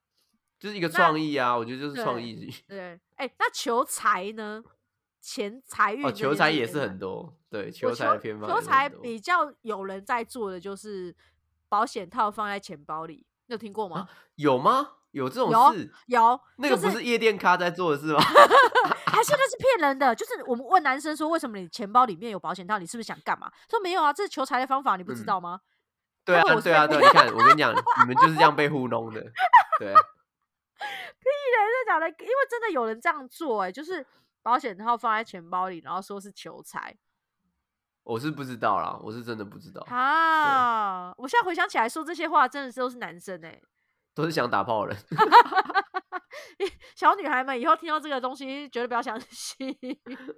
Speaker 2: 就是一个
Speaker 1: 那
Speaker 2: 创意啊，我觉得就是创
Speaker 1: 对
Speaker 2: 意
Speaker 1: 对，哎、那求财呢？钱财运
Speaker 2: 哦，
Speaker 1: 这
Speaker 2: 球
Speaker 1: 件
Speaker 2: 财
Speaker 1: 事
Speaker 2: 也
Speaker 1: 情
Speaker 2: 是
Speaker 1: 呢
Speaker 2: 很多，对，
Speaker 1: 我
Speaker 2: 球财的偏方也
Speaker 1: 求
Speaker 2: 是
Speaker 1: 财
Speaker 2: 很多
Speaker 1: 比较有人在做的就是保险套放在钱包里，你有听过
Speaker 2: 哦
Speaker 1: 吗？
Speaker 2: 有吗？有这种
Speaker 1: 有
Speaker 2: 事？
Speaker 1: 有，
Speaker 2: 那
Speaker 1: 就
Speaker 2: 个不是夜店咖在做的事吗？ [laughs]
Speaker 1: 还是那是骗人的，就是我们问男生说，为什么你钱包里面有保险套，你是不是想干嘛？说没有啊，这是求财的方法，你不知
Speaker 2: 嗯
Speaker 1: 道吗？
Speaker 2: 对
Speaker 1: 根本
Speaker 2: 啊，
Speaker 1: 我是
Speaker 2: 对啊，
Speaker 1: 在
Speaker 2: 对啊，你看，我跟你讲，你们就是这样被糊弄的，对啊，
Speaker 1: 真的假的？因为真的有人这样做、欸，哎，就是保险套放在钱包里，然后说是求财
Speaker 2: 我是不知道啦，我是真的不知道，
Speaker 1: 啊！我现在回想起来，说这些话真的是都是男生哎、
Speaker 2: 都是想打炮的人，
Speaker 1: 小女孩们以后听到这个东西，绝对不要相信。 [laughs]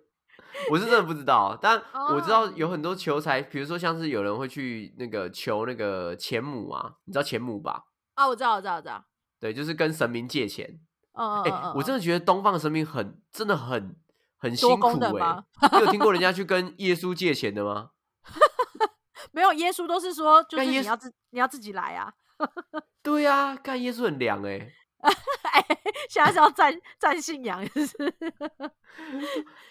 Speaker 2: 我是真的不知道，但我知道
Speaker 1: 哦
Speaker 2: 有很多求财，比如说像是有人会去那个求那个钱母啊，你知道钱母吧？
Speaker 1: 啊，我知道，我知道，我知道。
Speaker 2: 对，就是跟神明借钱。
Speaker 1: 嗯嗯
Speaker 2: 哎、
Speaker 1: 嗯嗯，
Speaker 2: 我真
Speaker 1: 的
Speaker 2: 的觉得东方神明很，真的很很
Speaker 1: 多
Speaker 2: 辛苦
Speaker 1: 功能
Speaker 2: 哎、
Speaker 1: 吗
Speaker 2: 你有听过人家去跟耶稣借钱的吗？
Speaker 1: 没有耶稣都是说，就
Speaker 2: 那
Speaker 1: 是
Speaker 2: 耶
Speaker 1: 你
Speaker 2: 稣
Speaker 1: 要自你要自己来啊。 [laughs]
Speaker 2: 对呀、啊，看耶稣很凉哎、
Speaker 1: 哎，现在是要占占信仰，就是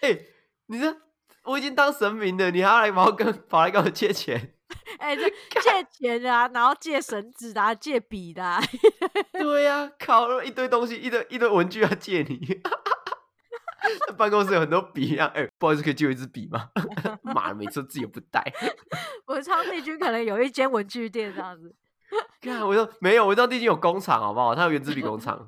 Speaker 2: 哎、你这我已经当神明了，你还要来跑跟跑来跟我借钱？
Speaker 1: 哎，
Speaker 2: [laughs]
Speaker 1: 这借钱的啊，然后借绳子的、啊，借笔的、啊， [laughs]
Speaker 2: 对呀、啊，烤了一堆东西，一堆一堆文具要借你。 [laughs] 办公室有很多笔啊，哎、不好意思，可以借我一支笔吗？ [laughs] 妈的，每次自己又不带。
Speaker 1: 文昌帝君可能有一间文具店这样子。
Speaker 2: 看，我说没有，我知道地经有工厂，好不好？他有原子笔工厂，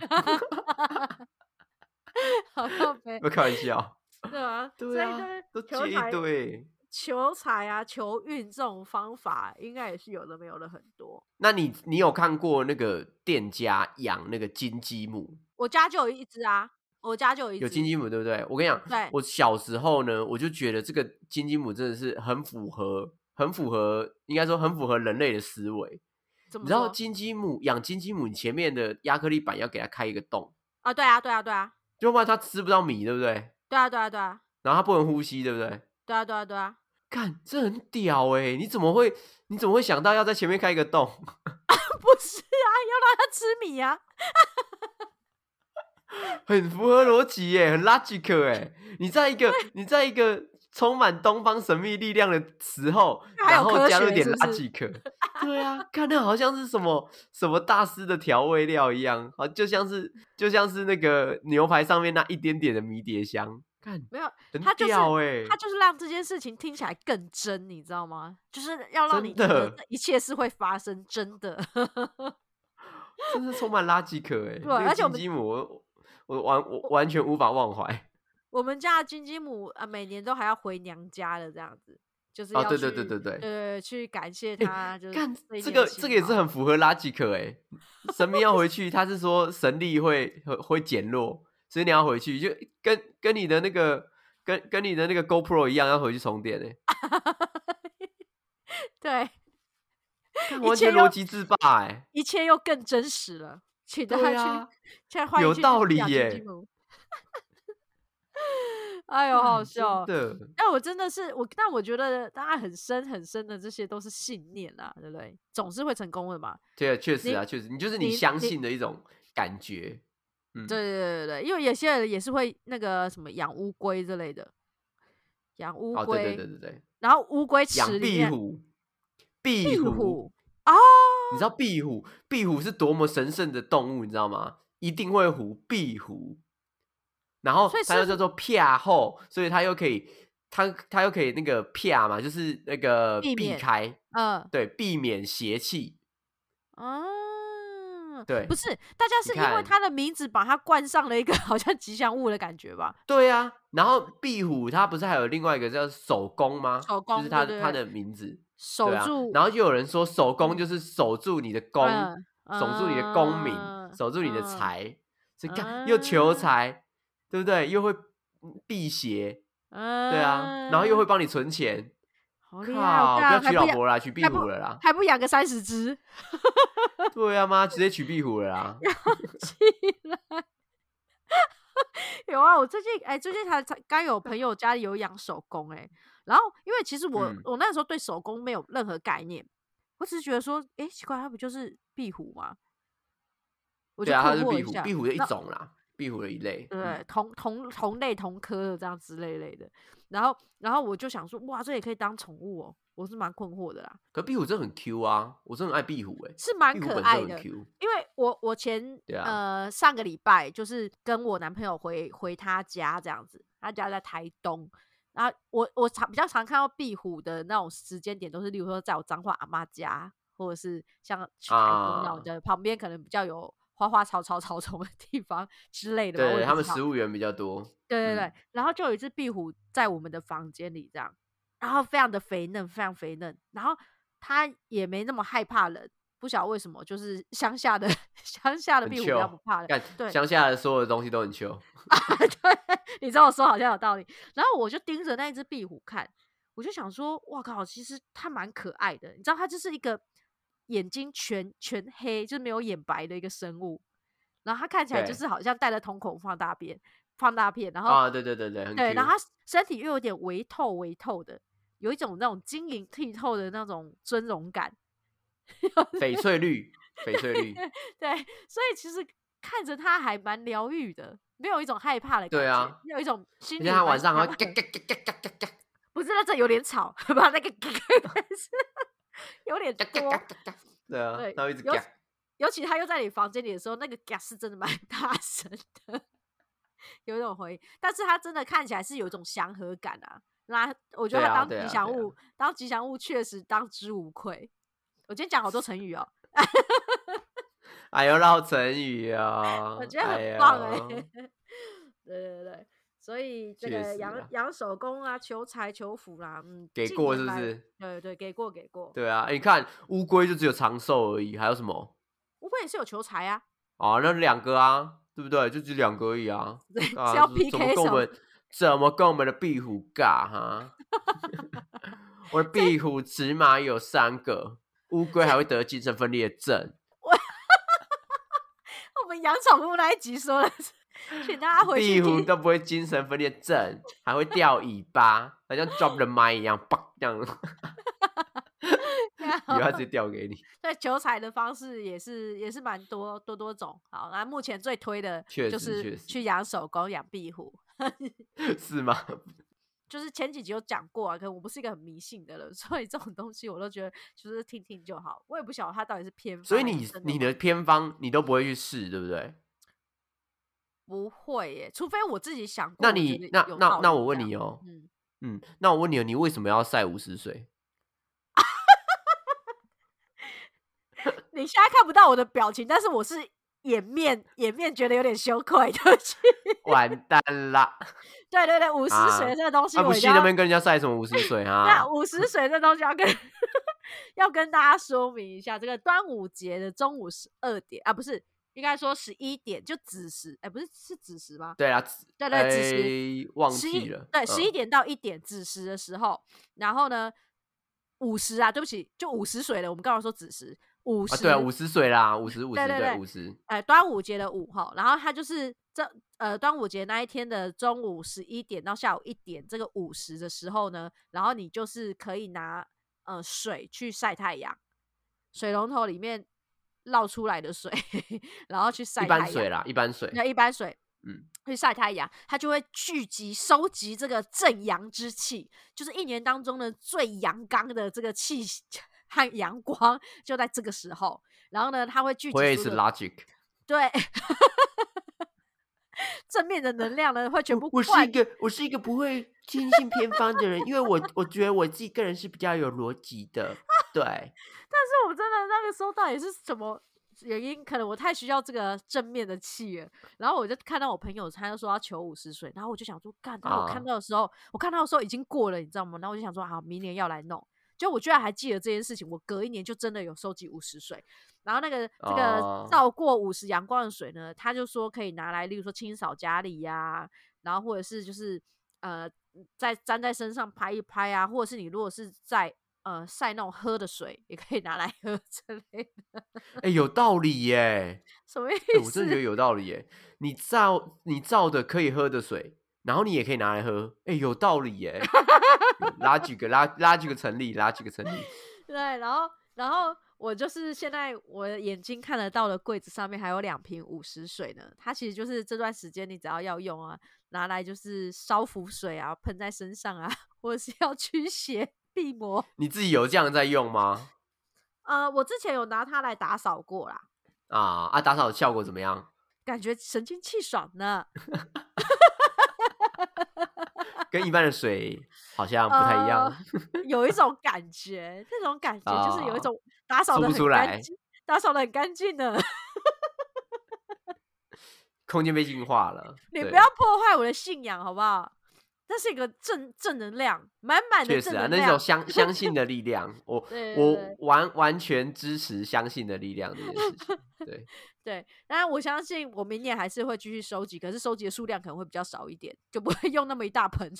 Speaker 1: 好像
Speaker 2: [laughs]
Speaker 1: 没
Speaker 2: 不开玩笑。
Speaker 1: 对啊，
Speaker 2: 对啊
Speaker 1: 所以，
Speaker 2: 都
Speaker 1: 就是求
Speaker 2: 借一
Speaker 1: 财、
Speaker 2: 堆。
Speaker 1: 求财啊、求运这种方法，应该也是有的没有的很多。
Speaker 2: 那你你有看过那个店家养那个金鸡母？
Speaker 1: 我家就有一只啊，我家就有一只
Speaker 2: 有金鸡母对不对？我跟你讲，
Speaker 1: 对
Speaker 2: 我小时候呢，我就觉得这个金鸡母真的是很符合，很符合，应该说很符合人类的思维。
Speaker 1: 怎
Speaker 2: 你
Speaker 1: 么
Speaker 2: 知道
Speaker 1: 说
Speaker 2: 金鸡母养金鸡母，你前面的亚克力板要给它开一个洞，
Speaker 1: 啊？对啊，对啊，对啊，
Speaker 2: 要不然它吃不到米，对不对？
Speaker 1: 对啊，对啊，对啊，
Speaker 2: 然后它不能呼吸，对不对？
Speaker 1: 对啊，对啊，对啊。 [laughs]
Speaker 2: 看，这很屌哎、你怎么会，你怎么会想到要在前面开一个洞？ [laughs]
Speaker 1: 不是啊，要让它吃米啊！
Speaker 2: 很符合逻辑耶，很 logical 哎。你在一
Speaker 1: [laughs]
Speaker 2: 个你在一个充满东方神秘力量的时候，
Speaker 1: 还有
Speaker 2: 然后
Speaker 1: 科
Speaker 2: 加入
Speaker 1: 学
Speaker 2: 一点
Speaker 1: 是不是
Speaker 2: logic，对啊，看那好像是什么什么大师的调味料一样，啊，就像是就像是那个牛排上面那一点点的迷迭香，看
Speaker 1: 没有，
Speaker 2: 很
Speaker 1: 它就是
Speaker 2: 屌哎。
Speaker 1: 它就是让这件事情听起来更真，你知道吗？就是要让
Speaker 2: 真
Speaker 1: 你觉得
Speaker 2: 的
Speaker 1: 这一切是会发生，真的。 [laughs]
Speaker 2: 真是充满垃圾壳哎！那个
Speaker 1: 而且我
Speaker 2: 金
Speaker 1: 们
Speaker 2: 鸡母，我我完我完全无法忘怀。
Speaker 1: 我们家的金鸡母啊，每年都还要回娘家的这样子，就是
Speaker 2: 哦
Speaker 1: 要
Speaker 2: 对对对
Speaker 1: 去呃
Speaker 2: 对对
Speaker 1: 对去感谢他，就是
Speaker 2: 干
Speaker 1: 这一
Speaker 2: 这
Speaker 1: 年
Speaker 2: 个
Speaker 1: 的
Speaker 2: 这
Speaker 1: 辛
Speaker 2: 个也是
Speaker 1: 劳
Speaker 2: 很符合垃圾壳哎，
Speaker 1: [laughs]
Speaker 2: 神明要回去，他是说神力会会会减弱，所以你要回去，就跟跟你的那个跟跟你的那个 GoPro 一样，要回去充电
Speaker 1: [laughs]
Speaker 2: 哎，
Speaker 1: 对，
Speaker 2: 干
Speaker 1: 一
Speaker 2: 完
Speaker 1: 切
Speaker 2: 全
Speaker 1: 又
Speaker 2: 逻辑自霸哎，
Speaker 1: 一切又更真实了。请大家
Speaker 2: 对
Speaker 1: 去，
Speaker 2: 啊，
Speaker 1: 现在欢迎
Speaker 2: 有
Speaker 1: 去
Speaker 2: 道
Speaker 1: 去养
Speaker 2: 理
Speaker 1: 金
Speaker 2: 耶
Speaker 1: 鸡母 [laughs] 哎呦，好
Speaker 2: 干
Speaker 1: 笑哦！
Speaker 2: 真的，
Speaker 1: 但我真的是我，但我觉得当然很深很深的，这些都是信念啦，对不对？总是会成功的嘛。
Speaker 2: 对啊，确实
Speaker 1: 你
Speaker 2: 啊，确实，你就是你
Speaker 1: 你
Speaker 2: 相
Speaker 1: 你
Speaker 2: 信的一种感觉，嗯，
Speaker 1: 对对对对，因为有些人也是会那个什么养乌龟之类的，养乌
Speaker 2: 哦，
Speaker 1: 龟，
Speaker 2: 对对对对对，
Speaker 1: 然后乌龟
Speaker 2: 养
Speaker 1: 池里
Speaker 2: 壁
Speaker 1: 面
Speaker 2: 虎，壁
Speaker 1: 壁
Speaker 2: 虎，
Speaker 1: 虎啊，
Speaker 2: 你知道壁虎，壁虎是多么神圣的动物，你知道吗？一定会虎，壁虎。然后
Speaker 1: 所以
Speaker 2: 它又
Speaker 1: 是
Speaker 2: 叫做啪后，所以它又可以，它它又可以那个啪嘛，就是那个
Speaker 1: 避
Speaker 2: 避
Speaker 1: 免
Speaker 2: 开，
Speaker 1: 嗯
Speaker 2: 对，避免邪气。
Speaker 1: 啊，
Speaker 2: 对
Speaker 1: 不是，大家是因为
Speaker 2: 看
Speaker 1: 它的名字把它冠上了一个 [laughs] 好像吉祥物的感觉吧？
Speaker 2: 对啊，然后壁虎它不是还有另外一个叫手工吗？
Speaker 1: 手
Speaker 2: 就
Speaker 1: 工
Speaker 2: 是
Speaker 1: 对
Speaker 2: 它
Speaker 1: 对
Speaker 2: 它
Speaker 1: 对
Speaker 2: 的名字。
Speaker 1: 守
Speaker 2: 对啊
Speaker 1: 住，
Speaker 2: 然后就有人说手工就是守住你的工，
Speaker 1: 嗯
Speaker 2: 守住你的功名，
Speaker 1: 啊
Speaker 2: 守住你的
Speaker 1: 嗯
Speaker 2: 财，所以干又求
Speaker 1: 啊
Speaker 2: 财，对不对？又会辟邪，对
Speaker 1: 对
Speaker 2: 啊，然后又会帮你存钱。
Speaker 1: 嗯好厉害哦，
Speaker 2: 靠，不
Speaker 1: 干还不
Speaker 2: 要娶老
Speaker 1: 养
Speaker 2: 婆啦，娶壁
Speaker 1: 还
Speaker 2: 虎
Speaker 1: 不
Speaker 2: 了啦。
Speaker 1: 还不养个三十只，
Speaker 2: 对啊妈，直接娶壁虎
Speaker 1: [laughs]
Speaker 2: 了啦。
Speaker 1: 有啊，我最近哎、最近才才刚有朋友家里有养手工哎、然后因为其实我、
Speaker 2: 嗯
Speaker 1: 我那时候对手工没有任何概念，我只是觉得说，哎、奇怪，它不就是壁虎吗？我就
Speaker 2: 对啊，它
Speaker 1: 困
Speaker 2: 是
Speaker 1: 惑
Speaker 2: 壁
Speaker 1: 一
Speaker 2: 虎
Speaker 1: 下，，
Speaker 2: 壁虎的一
Speaker 1: 那
Speaker 2: 种啦，壁虎的一类。嗯
Speaker 1: 对，同同同类同科的这样之类类的。然后然后我就想说，哇，这也可以当宠物哦，我是蛮困惑的啦，
Speaker 2: 可壁虎真的很 Q 啊，我真的很爱壁虎哎，
Speaker 1: 是 [laughs] 蛮
Speaker 2: 壁虎
Speaker 1: 可
Speaker 2: 本
Speaker 1: 爱
Speaker 2: 身
Speaker 1: 的
Speaker 2: 很。Q。
Speaker 1: 因为我我前、
Speaker 2: 对啊
Speaker 1: 呃上个礼拜就是跟我男朋友回回他家这样子，他家在台东，然后我我常比较常看到壁虎的那种时间点都是，例如说在我彰化阿妈家或者是像去台东
Speaker 2: 啊
Speaker 1: 那种的、旁边可能比较有花花草草 [laughs] 草丛的地方之类的吧。啊我
Speaker 2: 对
Speaker 1: 也
Speaker 2: 他
Speaker 1: 不
Speaker 2: 们
Speaker 1: 知道
Speaker 2: 食物源比较多，
Speaker 1: 对对
Speaker 2: 嗯
Speaker 1: 对，然后就有一只壁虎在我们的房间里这样，然后非常的肥嫩，非常肥嫩，然后它也没那么害怕人，不晓得为什么，就是乡下的 [laughs] 乡下的
Speaker 2: 很
Speaker 1: 壁虎比较
Speaker 2: chill
Speaker 1: 不怕人。
Speaker 2: 干
Speaker 1: 对
Speaker 2: 乡下的所有的东西都很穷。
Speaker 1: [laughs] 对，你这么说好像有道理。然后我就盯着那一只壁虎看，我就想说，哇靠，其实它蛮可爱的，你知道，它就是一个眼睛全全黑，就是没有眼白的一个生物。然后它看起来就
Speaker 2: 对
Speaker 1: 是好像戴了瞳孔放大片，放大片，然后
Speaker 2: 啊，对对对对，很
Speaker 1: 对，然
Speaker 2: Q
Speaker 1: 后他身体又有点微透微透的，有一种那种晶莹剔透的那种尊荣感。 [laughs]
Speaker 2: 翡翠绿，翟翠绿，
Speaker 1: 对，所以其实看着他还蛮疗愈的，没有一种害怕的感觉，
Speaker 2: 对啊
Speaker 1: 没有一种心
Speaker 2: 而
Speaker 1: 里
Speaker 2: 且他晚
Speaker 1: 蛮
Speaker 2: 上还
Speaker 1: 祥
Speaker 2: 会
Speaker 1: 和
Speaker 2: 嘎嘎嘎嘎嘎嘎嘎
Speaker 1: 不是那这有点吵， [laughs] 把那个是有点
Speaker 2: 嘎嘎嘎
Speaker 1: 多。
Speaker 2: 嘎嘎，对啊
Speaker 1: 对，
Speaker 2: 他会一直
Speaker 1: 尤
Speaker 2: 嘎
Speaker 1: 其，尤其他又在你房间里的时候，那个嘎是真的蛮 [laughs] 大声的，有一种回应。但是他真的看起来是有一种祥和感啊。那我觉得
Speaker 2: 对
Speaker 1: 他
Speaker 2: 啊
Speaker 1: 当
Speaker 2: 对
Speaker 1: 吉
Speaker 2: 啊
Speaker 1: 祥
Speaker 2: 对啊
Speaker 1: 物，当吉祥物确实当之无愧。我今天讲好多成语哦，
Speaker 2: 哎呦绕成语啊，
Speaker 1: 我觉得很
Speaker 2: 呦
Speaker 1: 棒哎、 [laughs] 对对对，所以这
Speaker 2: 确
Speaker 1: 个
Speaker 2: 实
Speaker 1: 养
Speaker 2: 啊
Speaker 1: 养手工啊，求财求福啦、嗯，
Speaker 2: 给
Speaker 1: 近
Speaker 2: 过
Speaker 1: 年
Speaker 2: 是不
Speaker 1: 来？
Speaker 2: 是？
Speaker 1: 对对，给过给过。
Speaker 2: 对啊，哎你看乌龟就只有长寿而已，还有什么？
Speaker 1: 乌龟也是有求财啊， [laughs]
Speaker 2: 啊，那两个啊，对不对？就只有两个而
Speaker 1: [laughs]
Speaker 2: 已啊。
Speaker 1: 对是
Speaker 2: 啊
Speaker 1: 要
Speaker 2: 怎么怎
Speaker 1: PK
Speaker 2: 么
Speaker 1: 什
Speaker 2: 跟我
Speaker 1: 么
Speaker 2: 们怎么跟我们的壁虎尬
Speaker 1: [laughs]
Speaker 2: 哈？我的壁虎起码有三个，乌龟还会得精神分裂症。
Speaker 1: 我们养宠物那一集说了，请 [laughs] 大家回去
Speaker 2: 壁虎
Speaker 1: 听。
Speaker 2: 都不会精神分裂症，还会掉尾巴， [laughs] 好像 drop the mic 一样，啪
Speaker 1: [laughs]
Speaker 2: 这样，以后它直接掉给你。 [laughs]
Speaker 1: 对求财的方式也是也是蛮多多多种。好，那目前最推的
Speaker 2: 确
Speaker 1: 就
Speaker 2: 实确
Speaker 1: 是
Speaker 2: 实
Speaker 1: 去养手工、养壁虎。[laughs]
Speaker 2: 是吗？
Speaker 1: 就是前几集有讲过啊，可能我不是一个很迷信的人，所以这种东西我都觉得就是听听就好。我也不晓得它到底是偏方
Speaker 2: 所以
Speaker 1: 还是
Speaker 2: 你
Speaker 1: 真
Speaker 2: 你
Speaker 1: 的
Speaker 2: 的偏方你都不会去试，对不对？
Speaker 1: 不会耶，除非我自己想过。
Speaker 2: 那
Speaker 1: 我觉
Speaker 2: 你
Speaker 1: 得
Speaker 2: 那
Speaker 1: 有
Speaker 2: 那
Speaker 1: 道
Speaker 2: 那
Speaker 1: 理
Speaker 2: 我问
Speaker 1: 这
Speaker 2: 你
Speaker 1: 样，
Speaker 2: 哦，
Speaker 1: 嗯，
Speaker 2: 嗯，那我问你哦，你为什么要晒五
Speaker 1: [laughs]
Speaker 2: 十岁？
Speaker 1: 你现在看不到我的表情，但是我是掩面掩面觉得有点羞愧， [laughs] 对不起。
Speaker 2: 完蛋啦！
Speaker 1: 对对对，五十
Speaker 2: 啊
Speaker 1: 岁这个东西
Speaker 2: 他不
Speaker 1: 我一
Speaker 2: 去
Speaker 1: 定要
Speaker 2: 那边跟人家晒什么五十
Speaker 1: [laughs]
Speaker 2: 岁
Speaker 1: 那
Speaker 2: 啊？
Speaker 1: 五十水这东西要跟 [laughs] 要跟大家说明一下，这个端午节的中午十二点啊，不是应该说十一点就子时，哎、不是是子时吗？
Speaker 2: 对啦，子
Speaker 1: 对对子时
Speaker 2: 哎忘
Speaker 1: 十一
Speaker 2: 记了。
Speaker 1: 对，十一
Speaker 2: 嗯
Speaker 1: 点到一点子时的时候，然后呢，午时啊，对不起，就午时水了。我们刚刚说子时，午时、
Speaker 2: 啊，对啊，五十岁啦，五十五
Speaker 1: 对
Speaker 2: 十
Speaker 1: 对
Speaker 2: 对
Speaker 1: 对
Speaker 2: 五十，
Speaker 1: 呃端午节的午后，然后它就是这呃端午节那一天的中午十一点到下午一点这个午时的时候呢，然后你就是可以拿呃水去晒太阳，水龙头里面捞出来的水， [laughs] 然后去晒
Speaker 2: 一
Speaker 1: 太
Speaker 2: 般
Speaker 1: 阳，
Speaker 2: 水啦，一般水。
Speaker 1: 那一般水。
Speaker 2: 嗯，
Speaker 1: 去晒太阳，它就会聚集、收集这个正阳之气，就是一年当中呢最阳刚的这个气息 [laughs] 和阳光，就在这个时候。然后呢，它会聚集
Speaker 2: 我也
Speaker 1: 所
Speaker 2: 是
Speaker 1: 有
Speaker 2: logic。
Speaker 1: 对，正面的能量呢会全部
Speaker 2: 我是
Speaker 1: 灌
Speaker 2: 一个我是一个不会轻信偏方的人，因为我我觉得我自己个人是比较有逻辑的。
Speaker 1: [laughs]
Speaker 2: 对，
Speaker 1: 但是我真的那个时候到底是什么原因？可能我太需要这个正面的气了。然后我就看到我朋友，他就说要求五十岁，然后我就想说，干！然后我看
Speaker 2: 啊
Speaker 1: 到的时候，我看到的时候已经过了，你知道吗？然后我就想说，好，明年要来弄。就我居然还记得这件事情，我隔一年就真的有收集五十岁，然后那个这个
Speaker 2: 哦
Speaker 1: 照过五十阳光的水呢，他就说可以拿来，例如说清扫家里呀、然后或者是就是呃在粘在身上拍一拍啊，或者是你如果是在呃晒那种喝的水，也可以拿来喝 [laughs] 之类的，
Speaker 2: 哎、有道理耶、
Speaker 1: 什么意
Speaker 2: 哎，我
Speaker 1: 思？
Speaker 2: 真的觉得有道理耶、你造你造的可以喝的水，然后你也可以拿来喝，哎、有道理
Speaker 1: [laughs]
Speaker 2: 耶、嗯拉几个拉拉几个成立，拉几个成立。
Speaker 1: 对，然后然后我就是现在我的眼睛看得到的柜子上面还有两瓶五十水呢，它其实就是这段时间你只要要用啊，拿来就是烧符水啊，喷在身上啊，或者是要驱邪避魔。
Speaker 2: 你自己有这样在用吗？
Speaker 1: 呃，我之前有拿它来打扫过啦，
Speaker 2: 啊啊，打扫的效果怎么样？
Speaker 1: 感觉神清气爽呢。
Speaker 2: 跟一般的水好像不太一样。
Speaker 1: 呃有一种感觉，那种感觉就是有一
Speaker 2: 啊
Speaker 1: 种打扫
Speaker 2: 说
Speaker 1: 的
Speaker 2: 不
Speaker 1: 很
Speaker 2: 出来
Speaker 1: 干净，打扫的很干净的。
Speaker 2: 空间被净化了。
Speaker 1: 你
Speaker 2: 对
Speaker 1: 不要破坏我的信仰，好不好？这是一个正正能量，满满的
Speaker 2: 确
Speaker 1: 正
Speaker 2: 实啊，
Speaker 1: 能
Speaker 2: 那
Speaker 1: 量。
Speaker 2: 种相
Speaker 1: [laughs]
Speaker 2: 相信的力量，我
Speaker 1: 对对
Speaker 2: 我
Speaker 1: 对
Speaker 2: 完完全支持相信的力量这件事情。
Speaker 1: [laughs]
Speaker 2: 对，
Speaker 1: 对，当然我相信我明年还是会继续收集，可是收集的数量可能会比较少一点，就不会 [laughs] 用那么一大盆。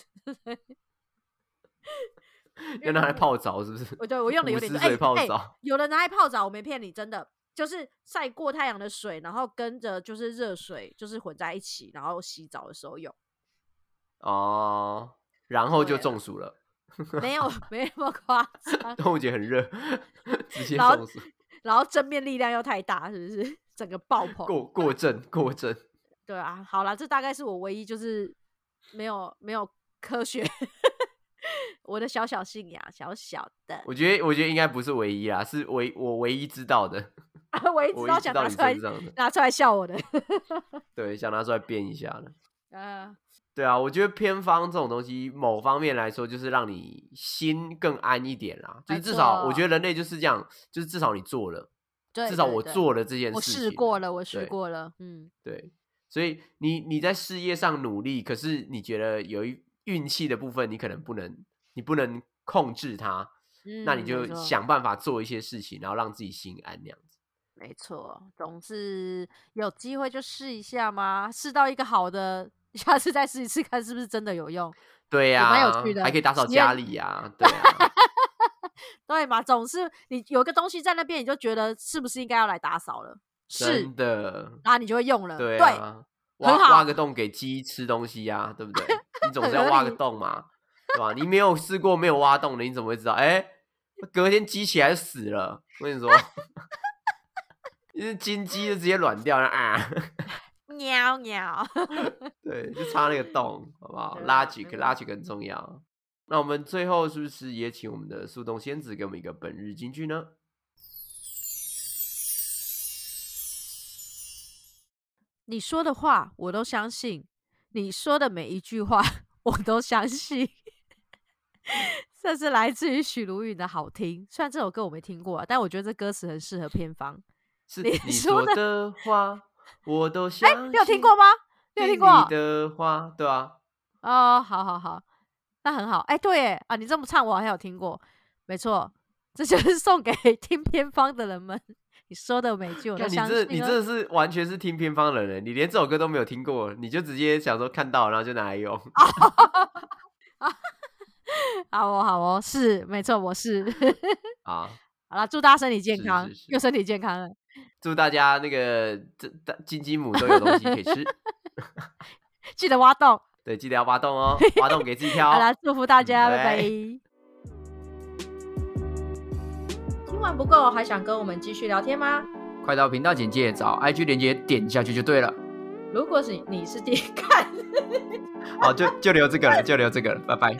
Speaker 2: 要拿来泡澡是不是？
Speaker 1: 我对我用的有点
Speaker 2: 50
Speaker 1: 多哎
Speaker 2: 水泡
Speaker 1: 哎
Speaker 2: 澡
Speaker 1: 有人拿来泡澡，我没骗你，真的就是晒过太阳的水，然后跟着就是热水就是混在一起，然后洗澡的时候用。
Speaker 2: 哦，然后就
Speaker 1: 对啊
Speaker 2: 中暑了。
Speaker 1: 没
Speaker 2: [laughs]
Speaker 1: 有没那么夸张，
Speaker 2: 端午节很热， [laughs] 直接
Speaker 1: 然后
Speaker 2: 中暑，
Speaker 1: 然后正面力量又太大，是不是？ [laughs] 整个爆棚。
Speaker 2: 过过正过正。
Speaker 1: 对啊，好啦，这大概是我唯一就是没有没有科学， [laughs] 我的小小信仰，小小的，
Speaker 2: 我觉得我觉得应该不是唯一啦，是唯我唯一知道
Speaker 1: [laughs]
Speaker 2: 的，
Speaker 1: 我一直
Speaker 2: 我
Speaker 1: 都
Speaker 2: 唯一知
Speaker 1: 想
Speaker 2: 道
Speaker 1: 拿
Speaker 2: 你
Speaker 1: 出来
Speaker 2: 身上的。
Speaker 1: 拿出来笑我
Speaker 2: [laughs]
Speaker 1: 的。 [laughs]
Speaker 2: 对，想拿出来编一下的。
Speaker 1: 呃，
Speaker 2: 对啊，我觉得偏方这种东西，某方面来说，就是让你心更安一点啦。就是
Speaker 1: 没
Speaker 2: 至少，我
Speaker 1: 错
Speaker 2: 觉得人类就是这样，就是至少你做了，
Speaker 1: 对，
Speaker 2: 至少
Speaker 1: 对
Speaker 2: 我
Speaker 1: 对
Speaker 2: 做了这件
Speaker 1: 我
Speaker 2: 事情。
Speaker 1: 试过了，我试
Speaker 2: 对
Speaker 1: 过了，嗯，
Speaker 2: 对，所以你你在事业上努力，可是你觉得有一运气的部分，你可能不能，你不能控制它，那你
Speaker 1: 嗯
Speaker 2: 就
Speaker 1: 没错
Speaker 2: 想办法做一些事情，然后让自己心安那样子。
Speaker 1: 没错，总是有机会就试一下嘛，试到一个好的， [laughs] 下次再试一次，看是不是真的有用。
Speaker 2: 对
Speaker 1: 也
Speaker 2: 呀、
Speaker 1: 蛮有趣的
Speaker 2: 还可以打扫
Speaker 1: 实
Speaker 2: 家
Speaker 1: 验
Speaker 2: 里呀、
Speaker 1: [laughs]
Speaker 2: 对啊，
Speaker 1: 对嘛，总是你有一个东西在那边，你就觉得是不是应该要来打扫了？是，
Speaker 2: 真的，
Speaker 1: 然后你就会用了。
Speaker 2: 对
Speaker 1: 对
Speaker 2: 啊，挖
Speaker 1: 很好
Speaker 2: 挖个洞给鸡吃东西呀、对不对？你总是要
Speaker 1: 很合
Speaker 2: 挖个
Speaker 1: 理
Speaker 2: 洞嘛，对吧？你没有试过没有挖洞的，你怎么会知道？哎，隔天鸡起来就死了，我跟你说， [laughs] 一只金鸡就直接软掉了啊！ [laughs]
Speaker 1: 喵喵，
Speaker 2: 对，就插那个洞，好不好
Speaker 1: 对啊没错
Speaker 2: ？Logic，Logic 很重要。那我们最后是不是也请我们的速冻仙子给我们一个本日金句呢？
Speaker 1: 你说的话我都相信，你说的每一句话 [laughs] 我都相信。这是来自于许茹芸的好听，虽然这首歌我没听过、啊，但我觉得这歌词很适合偏方。
Speaker 2: 是
Speaker 1: 你
Speaker 2: 你
Speaker 1: 说
Speaker 2: 说
Speaker 1: 的
Speaker 2: 的话，我
Speaker 1: [laughs]
Speaker 2: 都相
Speaker 1: 哎、
Speaker 2: 信。
Speaker 1: 你有听过吗？你有听过？
Speaker 2: 你的话，对啊，
Speaker 1: 哦，好好好，那很好。哎、对耶，啊，你这么唱，我好像有听过，没错，这就是送给 [laughs] 听偏方的人们。你说的每一句我
Speaker 2: 那
Speaker 1: 都
Speaker 2: 你
Speaker 1: 相信
Speaker 2: 这
Speaker 1: 哦。
Speaker 2: 你真的是完全是听偏方的人，你连这首歌都没有听过，你就直接想说看到然后就拿
Speaker 1: [laughs]
Speaker 2: 来用，
Speaker 1: 好哦，好哦，是没错，我是。 [laughs]
Speaker 2: 啊！
Speaker 1: 好了，祝大家身体健
Speaker 2: 是
Speaker 1: 康，
Speaker 2: 是是
Speaker 1: 又身体健康了。
Speaker 2: 祝大家那个这大金鸡母都有东西可
Speaker 1: [laughs]
Speaker 2: 以吃，
Speaker 1: 记得挖洞。
Speaker 2: 对，记得要挖洞
Speaker 1: [laughs]
Speaker 2: 哦，挖洞给自己跳
Speaker 1: 好
Speaker 2: 哦。
Speaker 1: 啦，祝福大家，
Speaker 2: 嗯
Speaker 1: 拜
Speaker 2: 拜
Speaker 1: 拜。听完不够，还想跟我们继续聊天吗？
Speaker 2: 快到频道简介找 IG 连接点下去就对了。
Speaker 1: 如果是你是第一看，
Speaker 2: 好，就就留这个了，就留这个了，拜拜。